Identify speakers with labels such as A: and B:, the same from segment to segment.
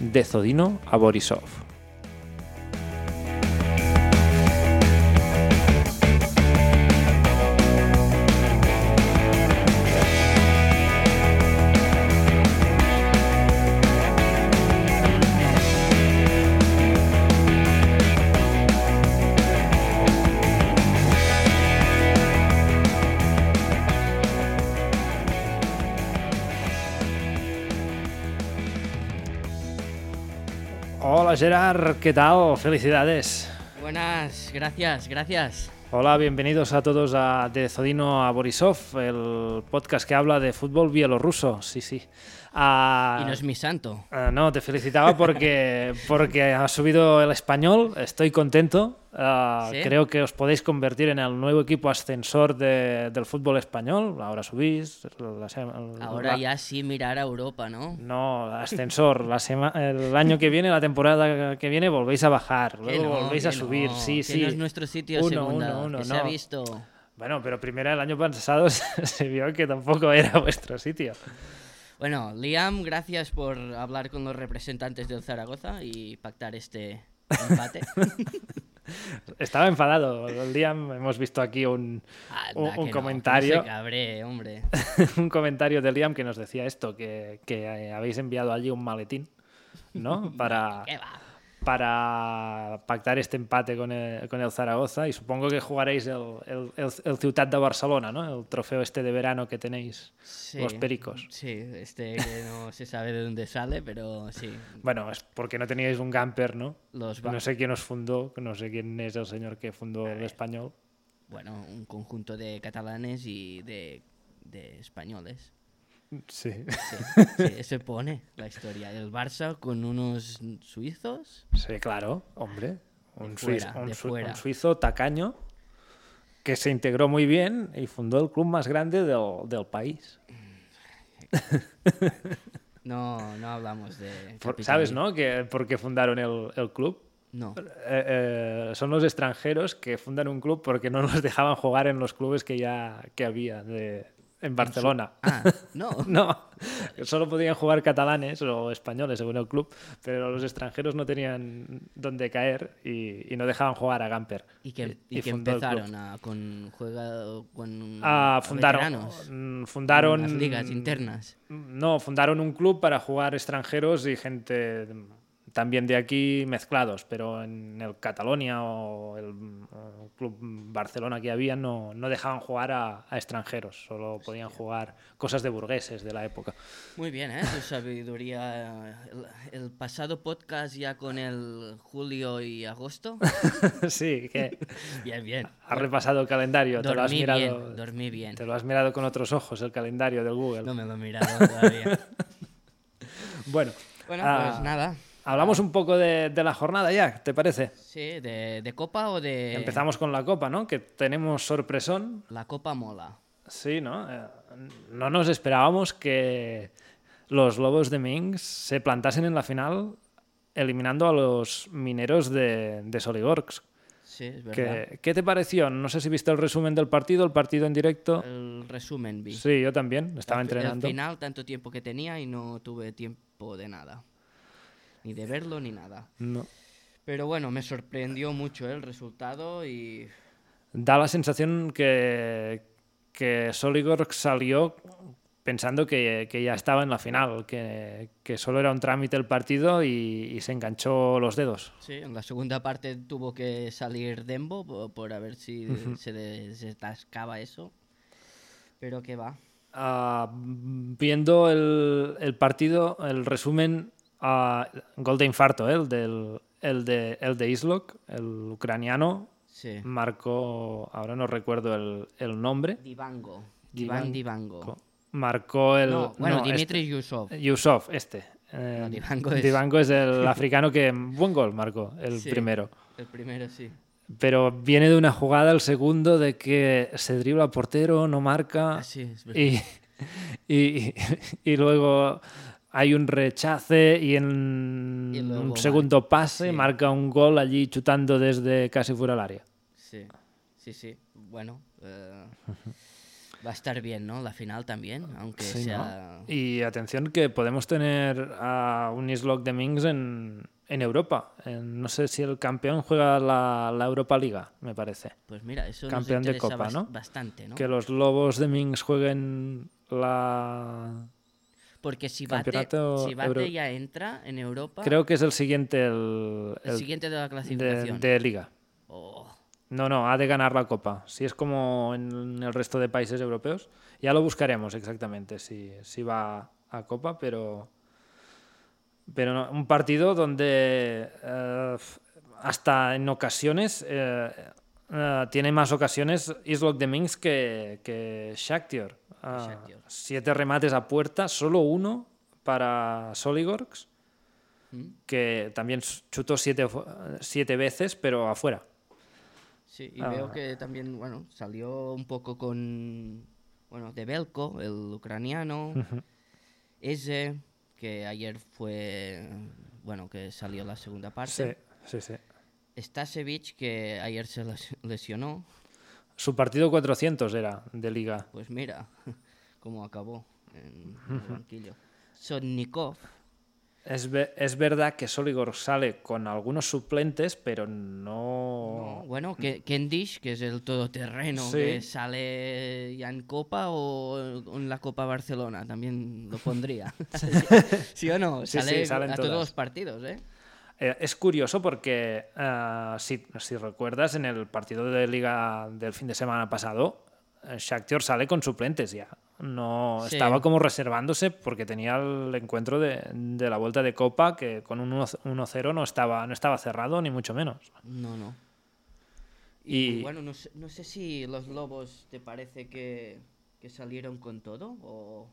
A: de Zodino a Borisov. Hola Gerard, ¿qué tal? Felicidades.
B: Buenas, gracias, gracias.
A: Hola, bienvenidos a todos a De Zodino a Borisov, el podcast que habla de fútbol bielorruso. Sí, sí. Ah,
B: Y no es mi santo.
A: Ah, no, te felicitaba porque, porque ha subido el español, estoy contento. Ah,
B: ¿Sí?
A: Creo que os podéis convertir en el nuevo equipo ascensor de- del fútbol español. Ahora subís. la sema-
B: Ahora
A: la-
B: ya sí mirar a Europa, ¿no?
A: No, ascensor. La sema- el año que viene, la temporada que viene, volvéis a bajar.
B: Que
A: Luego
B: no,
A: volvéis
B: que
A: a subir.
B: no,
A: sí,
B: que
A: sí.
B: no es nuestro sitio
A: Uno,
B: segunda.
A: uno, uno,
B: que se ha
A: no.
B: visto.
A: Bueno, pero primero el año pasado se se vio que tampoco era vuestro sitio.
B: Bueno, Liam, gracias por hablar con los representantes del Zaragoza y pactar este empate.
A: Estaba enfadado. El día hemos visto aquí un,
B: Anda,
A: un-
B: que
A: un
B: no, que no
A: comentario.
B: se cabree, hombre.
A: un comentario de Liam que nos decía esto, que, que, eh, habéis enviado allí un maletín, ¿no? Para,
B: ¿Qué va?
A: para pactar este empate con el, con el Zaragoza y supongo que jugaréis el, el, el- el Ciutat de Barcelona, ¿no? El trofeo este de verano que tenéis,
B: Sí,
A: los pericos.
B: Sí, este que no se sabe de dónde sale, pero sí.
A: Bueno, es porque no teníais un camper, ¿no?
B: Los va-
A: No sé quién os fundó, no sé quién es el señor que fundó el español.
B: Bueno, un conjunto de catalanes y de, de españoles.
A: Sí.
B: Sí, sí, se pone la historia del Barça con unos suizos.
A: Sí, claro, hombre. Un,
B: fuera,
A: suizo, un
B: de
A: sui-
B: fuera.
A: un suizo tacaño que se integró muy bien y fundó el club más grande del, del país.
B: No, no hablamos de.
A: Por-
B: capitalismo.
A: ¿Sabes, no? Que, ¿Por qué fundaron el, el club?
B: No.
A: Eh, eh, son los extranjeros que fundan un club porque no los dejaban jugar en los clubes que ya que había de- en Barcelona.
B: Ah, no.
A: No, solo podían jugar catalanes o españoles según el club, pero los extranjeros no tenían dónde caer y, y no dejaban jugar a Gamper.
B: Y que, em-, y
A: y
B: que
A: fundó el club.
B: empezaron a, con juega con
A: Ah, fundaron,
B: veteranos,
A: mm, fundaron
B: las ligas internas.
A: No, fundaron un club para jugar extranjeros y gente mm, también de aquí mezclados, pero en el Catalonia o el, mm, o el club Barcelona que había no, no dejaban jugar a, a extranjeros, solo podían jugar cosas de burgueses de la época.
B: Muy bien, ¿eh? Tu sabiduría. El, el pasado podcast ya con el julio y agosto.
A: sí, que
B: Bien, bien.
A: has repasado el calendario, te lo has
B: Dormí
A: mirado.
B: bien, dormí bien.
A: Te lo has mirado con otros ojos el calendario del Google.
B: No me lo he mirado todavía.
A: Bueno,
B: Bueno,
A: ah,
B: pues nada.
A: hablamos un poco de, de la jornada ya, ¿te parece?
B: Sí, de, de copa o de.
A: Empezamos con la copa, ¿no? Que tenemos sorpresón.
B: La copa mola.
A: Sí, ¿no? Eh, No nos esperábamos que los Lobos de Minsk se plantasen en la final eliminando a los mineros de, de Soligorsk.
B: Sí, es verdad.
A: Que- ¿Qué te pareció? No sé si viste el resumen del partido, el partido en directo.
B: El resumen vi.
A: Sí, yo también, estaba
B: Eh, El fi-
A: entrenando.
B: El final, tanto tiempo que tenía y no tuve tiempo de nada. Ni de verlo ni nada.
A: No.
B: Pero bueno, me sorprendió mucho el resultado y.
A: Da la sensación que, que Soligorsk salió pensando que, que ya estaba en la final, que, que solo era un trámite el partido y, y se enganchó los dedos.
B: Sí, en la segunda parte tuvo que salir Dembo po- por a ver si se desatascaba eso. Pero que va.
A: Ah, viendo el, el partido, el resumen, ah, gol de infarto, ¿eh? el, del- el de, el de Islok, el ucraniano,
B: Sí.
A: Mm. marcó, ahora no recuerdo el, el nombre,
B: Divango. Divan Divango.
A: marcó el...
B: No, bueno,
A: no,
B: Dimitri Yusov.
A: este, Yusov, este. Eh,
B: No, Divango
A: es
B: es-
A: el africano que buen gol marcó, el
B: Sí.
A: primero.
B: El primero sí.
A: Pero viene de una jugada el segundo de que se dribla al portero, no marca.
B: Ah, sí, es verdad.
A: y, y- y luego hay un rechace y en
B: Y luego
A: un segundo pase
B: sí.
A: marca un gol allí chutando desde casi fuera del área.
B: Sí, sí, sí. Bueno, eh, Va a estar bien, ¿no? La final también, aunque
A: Sí,
B: sea...
A: ¿no? Y atención que podemos tener a un Islock de Minx en, en Europa. En- no sé si el campeón juega la, la Europa Liga, me parece.
B: Pues mira, eso
A: Campeón de
B: nos interesa
A: Copa,
B: bas-
A: ¿no?
B: bastante, ¿no?
A: Que los lobos de Minx jueguen la...
B: Porque si Bate,
A: Campeonato
B: si Bate
A: Euro-
B: ya entra en Europa,
A: Creo que es el siguiente... El,
B: Ah. el,
A: el-
B: siguiente de la
A: de,
B: clasificación.
A: de liga.
B: Oh,
A: No, no, ha de ganar la copa. Si es como en el resto de países europeos, ya lo buscaremos exactamente si, si va a copa, pero, pero no, un partido donde eh, f- hasta en ocasiones eh, eh, tiene más ocasiones Islok de Minsk que, que Shakhtar. Ah,
B: Shakhtar.
A: siete remates a puerta, solo uno para Soligorx,
B: ¿Mm?
A: que también chutó siete, fu- siete veces, pero afuera.
B: sí,
A: Ah.
B: y veo que también, bueno, salió un poco con, bueno, de Belko, el ucraniano, ese, que ayer fue, bueno, que salió la segunda
A: Sí,
B: parte.
A: sí, sí.
B: Stasevich, que ayer se les- lesionó,
A: Su partido 400 era de liga.
B: pues mira cómo acabó en el banquillo. Sotnikov,
A: Es, ve- es verdad que Soligor sale con algunos suplentes, pero
B: No,
A: no...
B: bueno, que Kendish, que es el todoterreno,
A: Oh. Sí.
B: que sale ya en Copa o en la Copa Barcelona, también lo pondría. ¿Sí, sí o no?
A: Sí, sí,
B: Sale
A: salen
B: a todos
A: todas.
B: los partidos, ¿eh?
A: Eh, es curioso porque, ah, si, si recuerdas, en el partido de liga del fin de semana pasado, eh, Shakhtar sale con suplentes ya. No
B: Sí.
A: Estaba como reservándose porque tenía el encuentro de, de la vuelta de Copa que con un 1-0 no estaba, no estaba cerrado, ni mucho menos.
B: No, no.
A: Y,
B: Bueno, no sé, no sé si los Lobos te parece que, que salieron con todo o...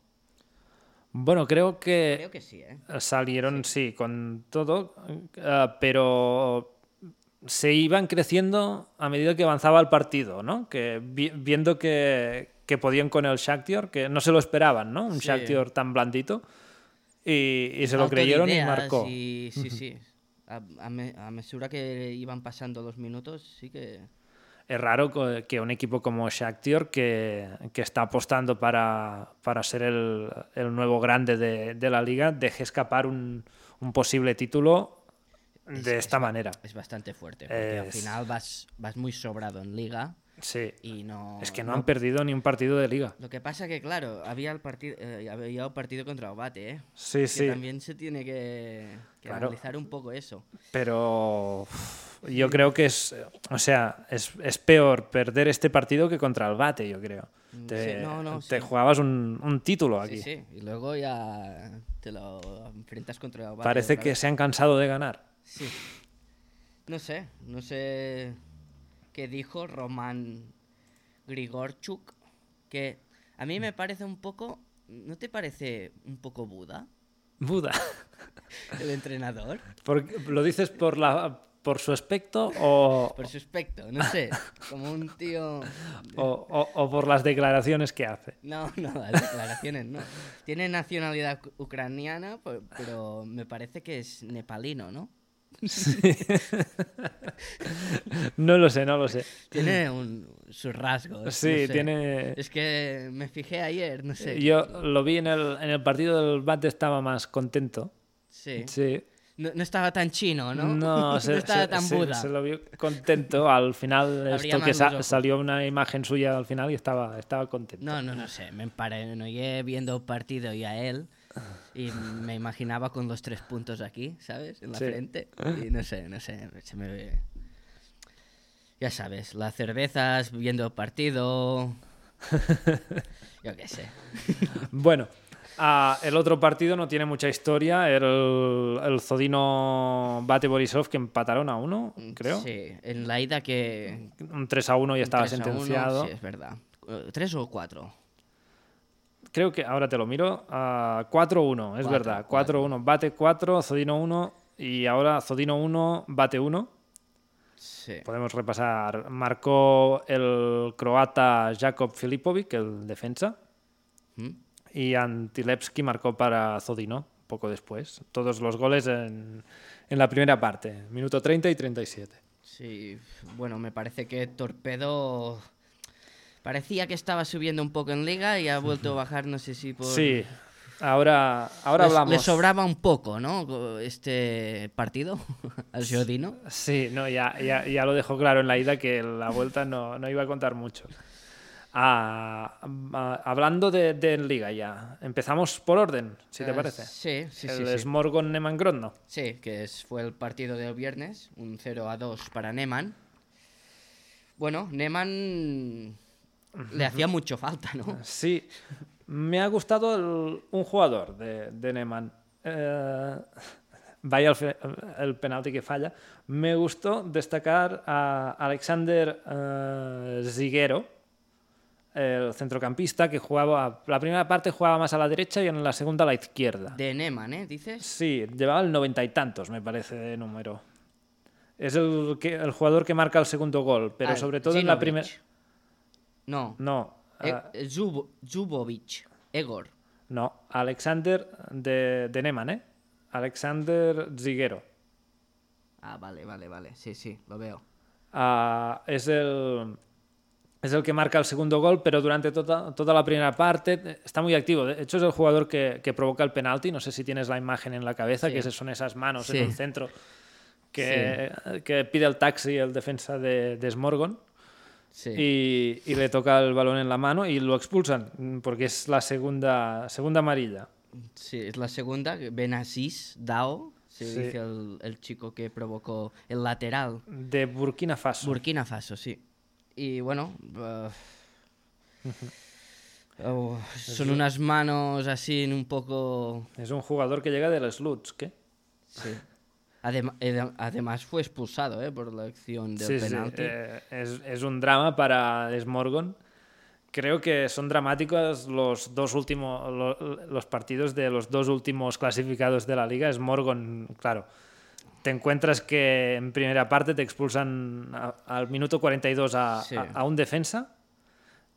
A: bueno, creo que...
B: Creo que sí, ¿eh?
A: salieron, sí, con todo, eh, pero se iban creciendo a medida que avanzaba el partido, ¿no? Que vi- viendo que, que podían con el Shakhtar, que no se lo esperaban, ¿no? Un
B: Sí.
A: Shakhtar tan blandito. Y, y se lo
B: Falta de
A: creyeron y
B: ideas
A: marcó.
B: y- sí, sí. A, a me- a mesura que iban pasando los minutos, sí que...
A: Es raro co- que un equipo como Shakhtar, que, que está apostando para, para ser el, el nuevo grande de, de la liga, deje escapar un, un posible título de esta manera.
B: Es bastante fuerte, porque al
A: Es-
B: final vas, vas muy sobrado en liga
A: Sí.
B: y no...
A: Es que no han perdido ni un partido de liga.
B: Lo que pasa que, claro, había el partido, había un partido contra Obate, ¿eh?
A: Sí,
B: Que
A: sí.
B: también se tiene que, que
A: Claro.
B: analizar un poco eso.
A: Pero uf, yo creo que es. O sea, es, es peor perder este partido que contra el Bate, yo creo.
B: Mm,
A: Te,
B: sí, no, no,
A: te
B: sí.
A: jugabas un, un título aquí.
B: Sí, sí. Y luego ya te lo enfrentas contra Obate.
A: Parece
B: otra
A: que
B: vez.
A: se han cansado de ganar.
B: Sí. No sé, no sé qué dijo Román Grigorchuk, que a mí me parece un poco... ¿No te parece un poco Buda
A: Buda.
B: el entrenador?
A: ¿Por qué- ¿Lo dices por, la, por su aspecto o,
B: Por su aspecto, no sé. Como un tío.
A: o- o- o por las declaraciones que hace?
B: No, no, las declaraciones no. Tiene nacionalidad uc- ucraniana, pe- pero me parece que es nepalino, ¿no?
A: No lo sé, no lo sé.
B: Tiene un, sus rasgos. no
A: Sí,
B: sé.
A: tiene.
B: Es que me fijé ayer, no sé.
A: Yo lo vi en el, en el partido del Bate, estaba más contento.
B: Sí.
A: Sí.
B: No, no estaba tan chino, ¿no?
A: se,
B: estaba
A: se-
B: tan
A: se-
B: Buda.
A: se lo vio contento al final.
B: Abría
A: esto
B: más
A: que
B: los
A: sa-
B: ojos.
A: salió una imagen suya al final y estaba, estaba contento.
B: No, no, no sé. Me paranoié viendo el partido y a él. Y me imaginaba con los tres puntos aquí, ¿sabes? En la
A: Sí.
B: frente. Y no sé, no sé. Se me ve. Ya sabes, las cervezas, viendo el partido. Yo qué sé.
A: Bueno, ah, el otro partido no tiene mucha historia. Era el, el Zodino Bate Borisov que empataron a uno, creo.
B: Mm, Sí, en la ida que.
A: Un 3 a 1 y estaba
B: 3 a 1,
A: sentenciado.
B: sí, es verdad. Eh, ¿Tres o cuatro?
A: Creo que ahora te lo miro. ah, 4-1, es
B: Cuatro,
A: verdad.
B: cuatro.
A: 4-1. Bate 4, Zodino 1 y ahora Zodino 1, Bate 1.
B: Sí.
A: Podemos repasar. Marcó el croata Jakob Filipovic, el defensa,
B: ¿Mm?
A: y Antilevski marcó para Zodino poco después. Todos los goles en, en la primera parte, minuto 30 y 37.
B: Sí, bueno, me parece que Torpedo Parecía que estaba subiendo un poco en liga y ha vuelto a bajar, no sé si por...
A: Sí, ahora, ahora
B: Les-
A: hablamos.
B: Le sobraba un poco, ¿no? Este partido al Jordino.
A: Sí, no, ya, ya, ya lo dejó claro en la ida que la vuelta no, no iba a contar mucho. Ah, ah, hablando de, de Liga ya, empezamos por orden, si te
B: Ah,
A: parece.
B: Sí, sí, sí.
A: el
B: sí.
A: Smorgon Neman Grodno.
B: Sí, que es- fue el partido del viernes, un 0 a 2 para Neman. Bueno, Neman le hacía mucho falta, ¿no?
A: Sí, me ha gustado el- un jugador de, de Neman. Eh, vaya el, fe- el penalti que falla. Me gustó destacar a Alexander eh, Ziguero, el centrocampista que jugaba, la primera parte jugaba más a la derecha y en la segunda a la izquierda.
B: De Neman, ¿eh? Dices.
A: Sí, llevaba el noventa y tantos, me parece, de número. Es el, que, el jugador que marca el segundo gol, pero
B: Ah,
A: sobre todo en la
B: Zinovic.
A: primera...
B: No,
A: No,
B: E-
A: ah,
B: eh, Zubo- Zubovic, Egor.
A: No, Alexander de, de Neman, ¿eh? Alexander Ziguero.
B: Ah, vale, vale, vale. Sí, sí, lo veo.
A: Ah, es, el, es el que marca el segundo gol, pero durante toda, toda la primera parte eh, está muy activo. De hecho, es el jugador que, que provoca el penalti. No sé si tienes la imagen en la cabeza,
B: Sí.
A: que son esas manos
B: Sí.
A: en un centro que, que pide el taxi el defensa de, de Smorgon.
B: Sí.
A: y, y le toca el balón en la mano y lo expulsan mm, porque es la segunda, segunda amarilla.
B: Sí, es la segunda, que Benassis, Dao, se
A: Sí.
B: dice el, el chico que provocó el lateral.
A: De Burkina Faso.
B: Burkina Faso, sí. Y bueno, eh, oh, son unas manos así en un poco...
A: Es un jugador que llega del Slutsk, ¿eh?
B: sí. Adem- edem- además fue expulsado eh, por la acción del
A: Sí, sí,
B: penalti.
A: eh, es, es un drama para Smorgon. Creo que son dramáticos los dos últimos lo- los partidos de los dos últimos clasificados de la liga. Smorgon, claro. Te encuentras que en primera parte te expulsan a- al minuto 42 a,
B: Sí.
A: a- a un defensa,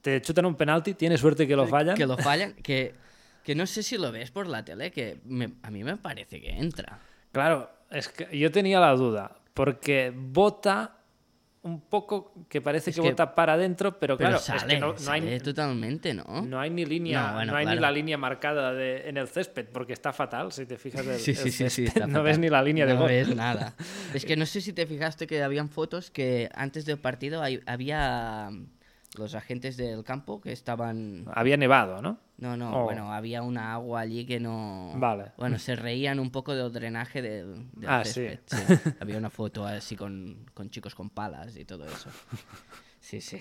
A: te chutan un penalti, tienes suerte que lo fallan.
B: Que lo fallan, que, que no sé si lo ves por la tele, que me- a mí me parece que entra.
A: Claro, es que yo tenía la duda, porque bota un poco que parece
B: Es
A: que,
B: que-
A: bota para adentro, pero,
B: Pero
A: claro,
B: sale,
A: es que no, no
B: sale
A: hay,
B: totalmente, ¿no?
A: no hay ni línea,
B: No, bueno,
A: no hay
B: claro.
A: ni la línea marcada de- en el césped, porque está fatal, si te fijas del
B: Sí, sí,
A: el
B: sí, sí,
A: césped,
B: está
A: no
B: fatal.
A: ves ni la línea de
B: No
A: gol.
B: ves nada. Es que no sé si te fijaste que habían fotos que antes del partido hay- había mm, los agentes del campo que estaban...
A: Había nevado, ¿no?
B: No, no,
A: Oh.
B: bueno, había una agua allí que no...
A: Vale.
B: Bueno, se reían un poco del drenaje del, del
A: Ah,
B: césped, sí. Había una foto así con, con chicos con palas y todo eso. Sí, sí.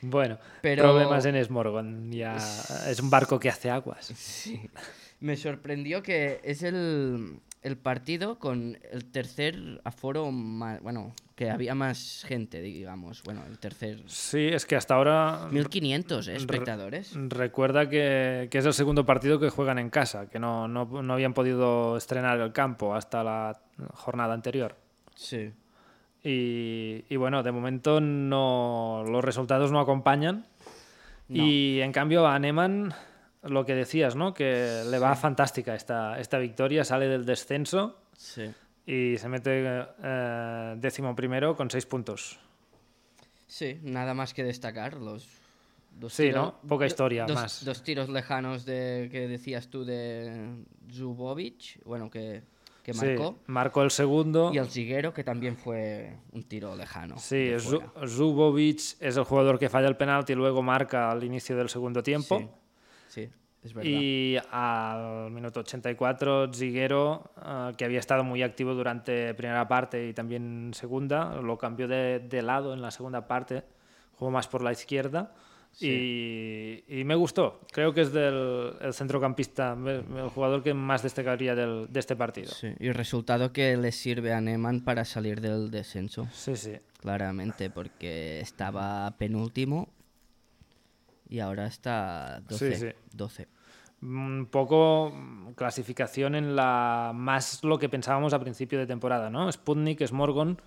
A: Bueno,
B: Pero-
A: problemas en Smorgon, ya es un barco que hace aguas.
B: Sí. Me sorprendió que es el, el partido con el tercer aforo más, bueno, que había más gente, digamos, bueno, el tercer
A: Sí, es que hasta ahora
B: 1500 eh, espectadores.
A: Recuerda que, que es el segundo partido que juegan en casa, que no, no, no habían podido estrenar el campo hasta la jornada anterior.
B: Sí.
A: Y, y bueno, de momento no, los resultados no acompañan.
B: No.
A: Y en cambio a Neman, lo que decías, ¿no? que le va fantástica esta, esta victoria, sale del descenso
B: Sí.
A: y se mete eh, décimo primero con seis puntos.
B: Sí, nada más que destacar los dos
A: Sí, ¿no? Poca
B: do-
A: historia
B: dos-
A: más.
B: Dos tiros lejanos de que decías tú de Zubovic, bueno, que, que
A: Sí,
B: marcó
A: marcó el segundo.
B: y el Ziguero que también fue un tiro lejano.
A: Sí,
B: de
A: Zu-
B: fuera.
A: Zubovic es el jugador que falla el penalti y luego marca al inicio del segundo tiempo.
B: Sí, sí, es verdad.
A: y al minuto 84, Ziguero, eh, que había estado muy activo durante primera parte y también segunda, lo cambió de, de lado en la segunda parte, jugó más por la izquierda. Y, y me gustó, creo que es del el centrocampista, el el jugador que más destacaría del- de este partido.
B: Sí, y el resultado que le sirve a Neman para salir del descenso,
A: Sí, sí.
B: claramente, porque estaba penúltimo y ahora está 12.
A: Sí, sí.
B: 12.
A: un poco mm, clasificación en la más lo que pensábamos a principio de temporada, ¿no? Sputnik, Smorgon,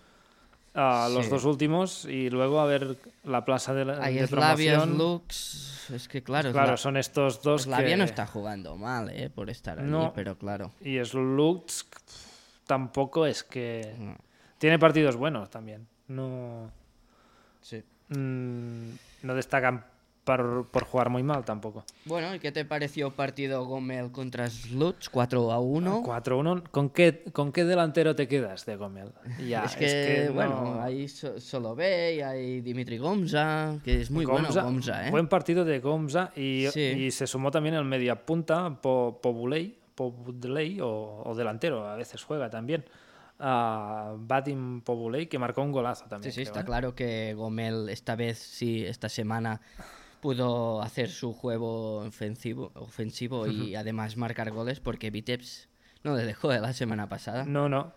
A: ah, los
B: Sí.
A: dos últimos y luego a ver la plaza de, la,
B: Hay
A: de
B: Slavia,
A: promoción.
B: Lux, es que claro,
A: Claro,
B: Sla- Pues
A: son estos dos
B: Slavia
A: que...
B: no está jugando mal, eh, por estar ahí,
A: No.
B: pero claro.
A: Y Slutsk pff, tampoco es que... Tiene partidos buenos también. No,
B: Sí.
A: mm, no destacan por, por jugar muy mal tampoco.
B: Bueno, ¿y qué te pareció partido Gomel contra Sluts? 4 a 1.
A: 4 a 1. ¿Con qué, ¿Con qué delantero te quedas de Gomel?
B: Ya, es, que, es que bueno, no... hay Solobey, hay Dimitri Gomza, que es muy Gomza, bueno Gomza, ¿eh?
A: Buen partido de Gomza y, sí. y se sumó también el mediapunta po, Pobuley, Pobuley o, o delantero, a veces juega también a Batim Pobuley, que marcó un golazo también.
B: Sí, sí, creo, está ¿eh? claro que Gomel esta vez, sí, esta semana pudo hacer su juego ofensivo, ofensivo uh -huh. y además marcar goles porque Vitebs no le dejó de la semana pasada.
A: No, no.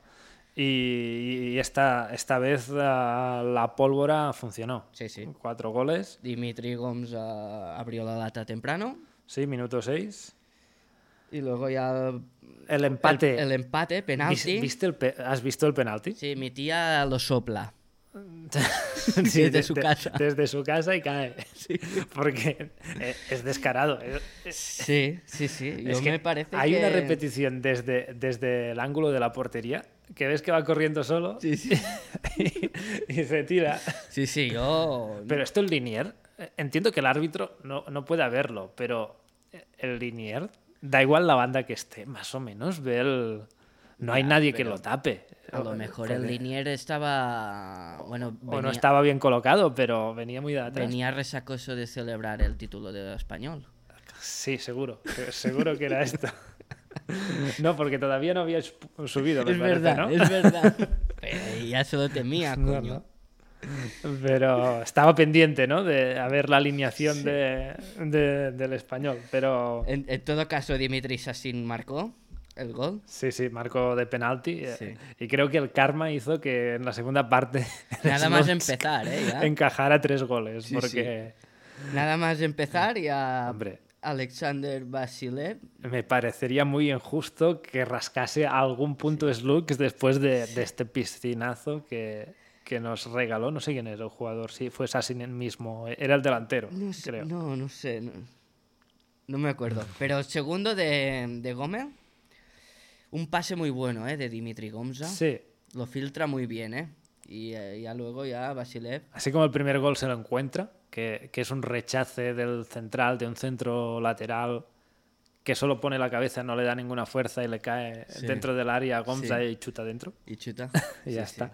A: Y, y esta, esta vez uh, la pólvora funcionó.
B: Sí, sí.
A: Cuatro goles.
B: Dimitri Gomes uh, abrió la lata temprano.
A: Sí, minuto seis.
B: Y luego ya.
A: El empate.
B: El, el empate, penalti.
A: ¿Viste el pe ¿Has visto el penalti?
B: Sí, mi tía lo sopla.
A: sí, desde su casa. Desde su casa y cae. Sí. Porque eh, es descarado. eh.
B: Sí, sí, sí. Yo
A: es
B: me que parece
A: hay
B: que...
A: una repetición desde, desde el ángulo de la portería que ves que va corriendo solo
B: sí, sí.
A: Y, y, se tira.
B: Sí, sí, yo.
A: Pero esto el linier. Entiendo que el árbitro no, no puede verlo, pero el linier da igual la banda que esté, más o menos, ve el... No ya, hay nadie que lo tape.
B: A lo mejor Joder. el linier estaba... Bueno,
A: venía... Eh, O no estaba bien colocado, pero venía muy de atrás.
B: Venía resacoso de celebrar el título de español.
A: Sí, seguro. Seguro que era esto. No, porque todavía no había subido.
B: es
A: parece,
B: verdad,
A: ¿no?
B: es verdad. Pero ya se lo temía, coño. No, no.
A: Pero estaba pendiente, ¿no? De a ver la alineación sí. Eh. de, de, del español. Pero.
B: En, en, todo caso, Dimitri Sassin marcó el gol.
A: Sí, sí, marcó de penalti. Sí. Y creo que el karma hizo que en la segunda parte.
B: Nada más empezar, ¿eh? Ya.
A: Encajara tres goles. Sí, porque.
B: Nada más empezar y a.
A: Hombre.
B: Alexander Vasilev.
A: Me parecería muy injusto que rascase algún punto Slugs después de, de este piscinazo que, que nos regaló, no sé quién era el jugador, si sí, fue Sassin mismo, era el delantero,
B: no sé,
A: creo.
B: No, no sé, no, no, me acuerdo. Pero segundo de, de Gómez, un pase muy bueno, ¿eh? De Dimitri Gomza.
A: Sí.
B: Lo filtra muy bien, ¿eh? Y eh, ya luego ya Basilev.
A: Así como el primer gol se lo encuentra, que, que es un rechace del central, de un centro lateral que solo pone la cabeza, no le da ninguna fuerza y le cae sí. dentro del área a Gomza sí. y chuta dentro.
B: Y chuta.
A: y ya está.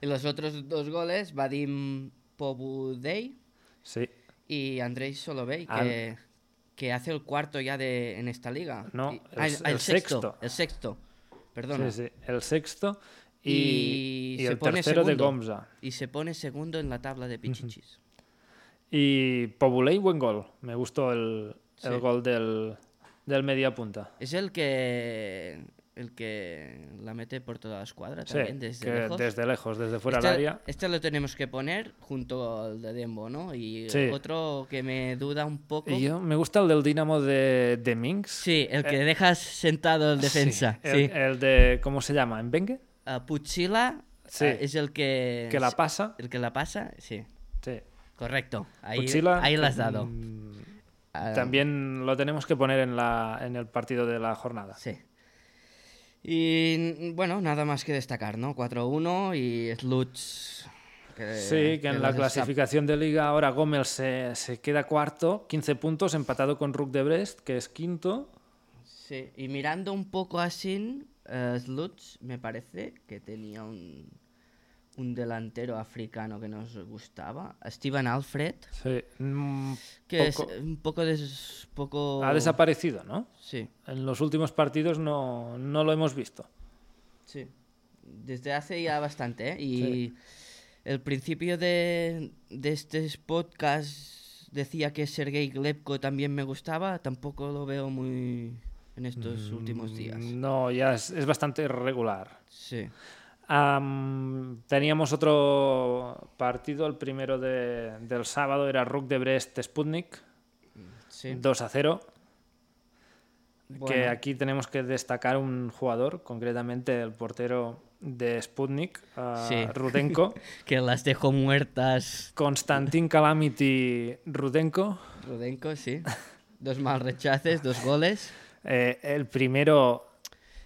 B: Y los otros dos goles, Vadim Pobudey
A: sí.
B: y Andrei Solovey, que, Al... que, hace el cuarto ya de, en esta liga.
A: No,
B: y, el, el, el sexto, sexto, El sexto, perdón.
A: Sí, sí, el sexto y, y, y el tercero segundo, de Gomza.
B: Y se pone segundo en la tabla de Pichichis. Uh -huh.
A: Y Pobudey, buen gol. Me gustó el, sí. el gol del, del media punta.
B: Es el que el que la mete por toda la escuadra
A: sí,
B: también, desde lejos.
A: Desde lejos, desde fuera
B: este,
A: del área.
B: Este lo tenemos que poner junto al de Dembo, ¿no? Y sí. otro que me duda un poco.
A: Y yo, me gusta el del Dinamo de, de Minx.
B: Sí, el que eh, dejas sentado el defensa.
A: Sí, el, el, de, ¿cómo se llama? ¿En Bengue?
B: Uh, Puchila uh, es el que.
A: Que la pasa.
B: El que la pasa, sí.
A: Sí. mm,
B: Correcto. Ahí, Puchila, ahí la has dado. Um,
A: también lo tenemos que poner en, la, en el partido de la jornada.
B: Sí. Y mm, bueno, nada más que destacar, ¿no? 4-1 y Sluts.
A: Que,
B: eh,
A: sí, que en que la clasificación está... de liga ahora Gómez se, se, queda cuarto, 15 puntos, empatado con Rook de Brest, que es quinto.
B: Sí, y mirando un poco a Sin, uh, Sluts me parece que tenía un, un delantero africano que nos gustaba, Steven Alfred.
A: Sí, un
B: que poco... es un poco, des... poco,
A: Ha desaparecido, ¿no?
B: Sí.
A: En los últimos partidos no, no lo hemos visto.
B: Sí. Desde hace ya bastante, ¿eh? Y sí. el principio de, de este podcast decía que Sergei Glebko también me gustaba, tampoco lo veo muy en estos mm, últimos días.
A: No, ya es, es bastante regular.
B: Sí.
A: Um, teníamos otro partido, el primero de, del sábado era Rook de Brest Sputnik,
B: sí.
A: 2 a 0. Bueno. Que aquí tenemos que destacar un jugador, concretamente el portero de Sputnik, uh, sí. Rudenko.
B: que las dejó muertas.
A: Constantin Calamity Rudenko.
B: Rudenko, sí. Dos mal rechaces, dos goles.
A: Eh, el primero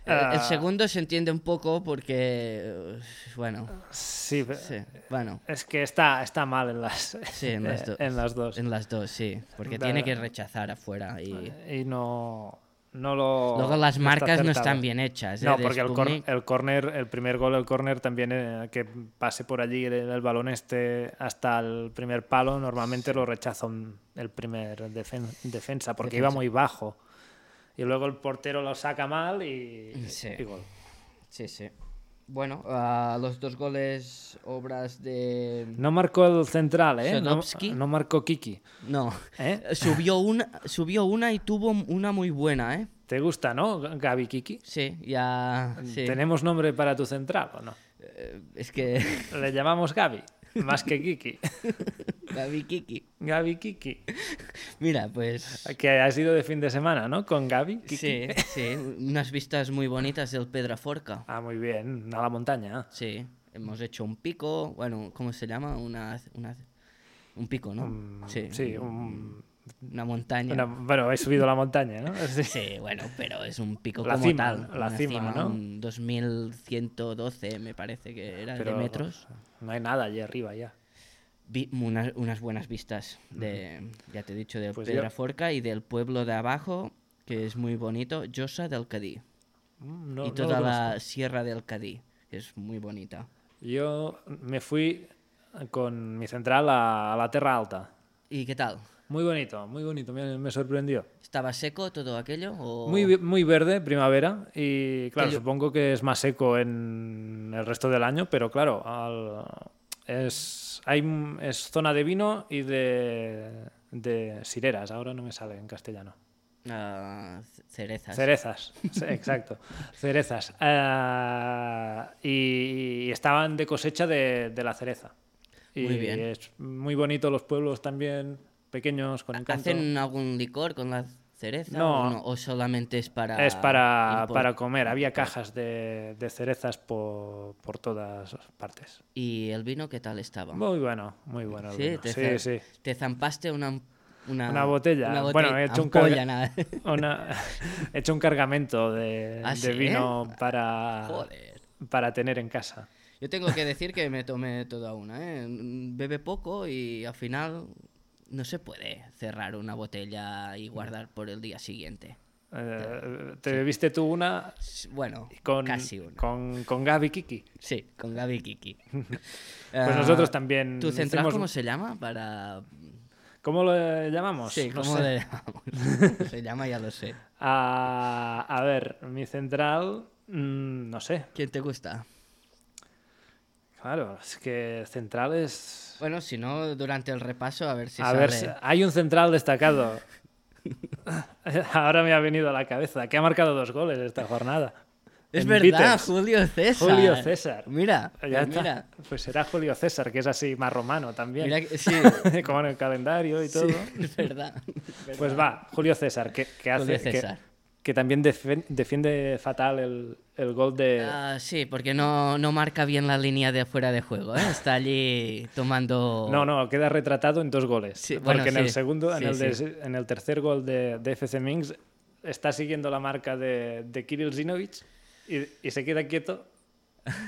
B: El, el segundo se entiende un poco porque, uh, bueno,
A: Sí, pero
B: sí, bueno,
A: es que está, está mal en las,
B: sí, en las dos.
A: en las dos.
B: En las dos, sí, porque
A: Da-
B: tiene que rechazar afuera y
A: Y no, no lo.
B: luego las
A: está
B: marcas no
A: acertado.
B: están bien hechas. ¿eh?
A: No,
B: de
A: porque el,
B: Sputnik.
A: cor- el corner, el primer gol, el corner también eh, que pase por allí el, el balón este hasta el primer palo, normalmente lo rechaza un- el primer defen- defensa porque iba
B: Defensa.
A: muy bajo. Y luego el portero lo saca mal y,
B: Sí.
A: y gol.
B: Sí, sí. Bueno, ah, los dos goles obras de
A: No marcó el central, ¿eh? No,
B: Sadovski.
A: no marcó Kiki.
B: no.
A: ¿eh?
B: Subió una, subió una y tuvo una muy buena, ¿eh?
A: ¿Te gusta, no, Gaby Kiki?
B: Sí, ya. sí.
A: ¿Tenemos nombre para tu central o no?
B: Eh, es que.
A: Le llamamos Gaby, más que Kiki.
B: Gaby Kiki.
A: Gaby Kiki.
B: Mira, pues.
A: Que ha sido de fin de semana, ¿no? Con Gaby. Kiki.
B: Sí, sí. Unas vistas muy bonitas del Pedraforca.
A: Ah, muy bien, a la montaña.
B: Sí. Hemos hecho un pico. Bueno, ¿cómo se llama? Una. una- un pico, ¿no? sí.
A: Mm, Sí, un-
B: Una montaña.
A: una- bueno, he subido la montaña, ¿no? Sí.
B: Sí, bueno, pero es un pico
A: La
B: como
A: cima,
B: tal.
A: la
B: una
A: cima, ¿no?
B: Un 2112 me parece que era
A: Pero
B: de metros.
A: No hay nada allí arriba ya.
B: Vi unas, unas buenas vistas de, ya te he dicho, del
A: Pues yo-
B: Pedraforca y del pueblo de abajo, que es muy bonito, Llosa del Cadí.
A: Mm, no-
B: y
A: no
B: toda
A: lo
B: la sierra del Cadí, que es muy bonita.
A: conozco. Yo me fui con mi central a, a la Terra Alta.
B: ¿Y qué tal?
A: Muy bonito, muy bonito, me, me sorprendió.
B: ¿Estaba seco todo aquello? O...
A: Muy, vi- muy verde, primavera, y claro,
B: Que yo-
A: supongo que es más seco en el resto del año, pero claro, al- es, hay, m- es zona de vino y de, de sireras, ahora no me sale en castellano.
B: Ah, c- cerezas.
A: Cerezas, sí, exacto, cerezas. Ah, y, y estaban de cosecha de, de la cereza. Y
B: Muy bien.
A: es muy bonito los pueblos también, pequeños, con encanto.
B: ¿Hacen algún licor con la cereza?
A: No.
B: ¿O, ¿O solamente es para...
A: Es para,
B: import-
A: para comer. Había cajas de, de cerezas por, por todas partes.
B: ¿Y el vino qué tal estaba?
A: Muy bueno, muy bueno. el
B: Sí,
A: vino.
B: te,
A: sí,
B: za-
A: sí.
B: te zampaste una, una,
A: Una botella. Bueno, he hecho un
B: ampolla,
A: carga-
B: nada.
A: Una- he hecho un cargamento de,
B: ¿Ah,
A: de
B: sí?
A: vino para,
B: Joder.
A: para tener en casa.
B: Yo tengo que decir que me tomé toda una, ¿eh? Bebe poco y al final no se puede cerrar una botella y guardar por el día siguiente.
A: Eh, te bebiste tú una
B: S- Bueno,
A: con,
B: casi una.
A: con, con Gaby Kiki.
B: Sí, con Gaby Kiki.
A: Pues nosotros también.
B: ¿Tu central
A: hicimos-
B: Ah, cómo se llama? Para...
A: ¿Cómo lo llamamos?
B: Sí,
A: No
B: ¿cómo
A: sé.
B: le llamamos? se llama, ya lo sé.
A: Ah, a ver, mi central. mm, no sé,
B: ¿Quién te gusta?
A: Claro, es que centrales.
B: Bueno, si no, durante el repaso a ver si
A: a
B: sale...
A: ver, si- hay un central destacado. Ahora me ha venido a la cabeza que ha marcado dos goles esta jornada.
B: Es
A: En
B: verdad,
A: Vitesse.
B: Julio César.
A: Julio César.
B: Mira,
A: Ya
B: pues
A: está.
B: mira.
A: Pues será Julio César, que es así más romano también.
B: Mira que- sí,
A: Como en el calendario y todo.
B: sí, es verdad.
A: Pues va, Julio César, que, que hace.
B: Julio
A: que-
B: César.
A: Que, también defen- defiende fatal el, el gol de.
B: Ah, sí, porque no, no marca bien la línea de fuera de juego, ¿eh? Está allí tomando...
A: No, no, queda retratado en dos goles.
B: oh. Sí,
A: porque
B: bueno,
A: en el
B: sí,
A: segundo, en,
B: sí,
A: el de-
B: sí.
A: en el tercer gol de, de FC Minsk, está siguiendo la marca de, de Kirill Zinovich y, y se queda quieto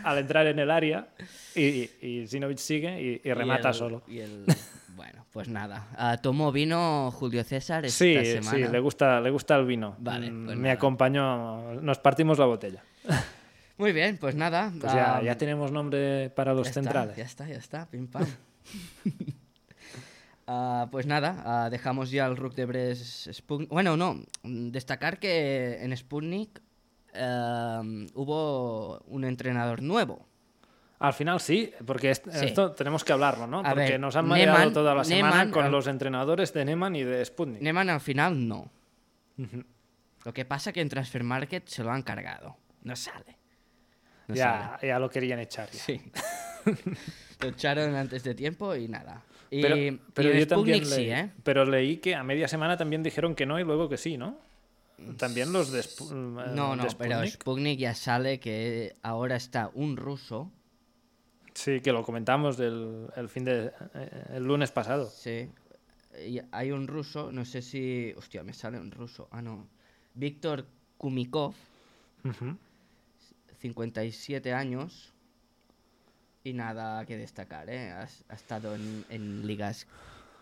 A: al entrar en el área y, y Zinovich sigue y, y
B: Y
A: remata
B: el-
A: solo.
B: y el- Bueno, pues nada. Ah, tomó vino Julio César esta
A: Sí,
B: semana.
A: sí, le gusta, le gusta el vino.
B: Vale,
A: Mm,
B: pues
A: Me
B: nada.
A: acompañó, nos partimos la botella.
B: Muy bien, pues nada.
A: Pues ya,
B: ah,
A: ya tenemos nombre para los
B: ya está,
A: centrales.
B: ya está, ya está, pim pam. Ah, pues nada, ah, dejamos ya el Rook de Bres Sputnik. Bueno, no, mm, destacar que en Sputnik em, hubo un entrenador nuevo.
A: Al final sí, porque est-
B: Sí.
A: esto tenemos que hablarlo, ¿no?
B: A
A: porque
B: ver,
A: nos han mareado
B: Neman-
A: toda la semana
B: Neman-
A: con
B: al-
A: los entrenadores de Neman y de Sputnik.
B: Neman al final no. Lo que pasa que en Transfer Market se lo han cargado. No sale. No
A: ya, ya lo querían echar. ya.
B: Sí. lo echaron antes de tiempo y nada. Y,
A: Pero,
B: y
A: pero
B: en
A: yo también
B: Sputnik
A: leí,
B: sí, ¿eh?
A: pero leí que a media semana también dijeron que no y luego que sí, ¿no? También los de, Sp- eh,
B: No,
A: de
B: no, pero
A: Sputnik.
B: Sputnik ya sale que ahora está un ruso.
A: Sí, que lo comentamos del, el fin de eh, el lunes pasado.
B: Sí. Y hay un ruso, no sé si. Hostia, me sale un ruso. Ah, no. Víctor Kumikov,
A: Uh -huh.
B: 57 años y nada que destacar. ¿eh? Ha, ha estado en, en ligas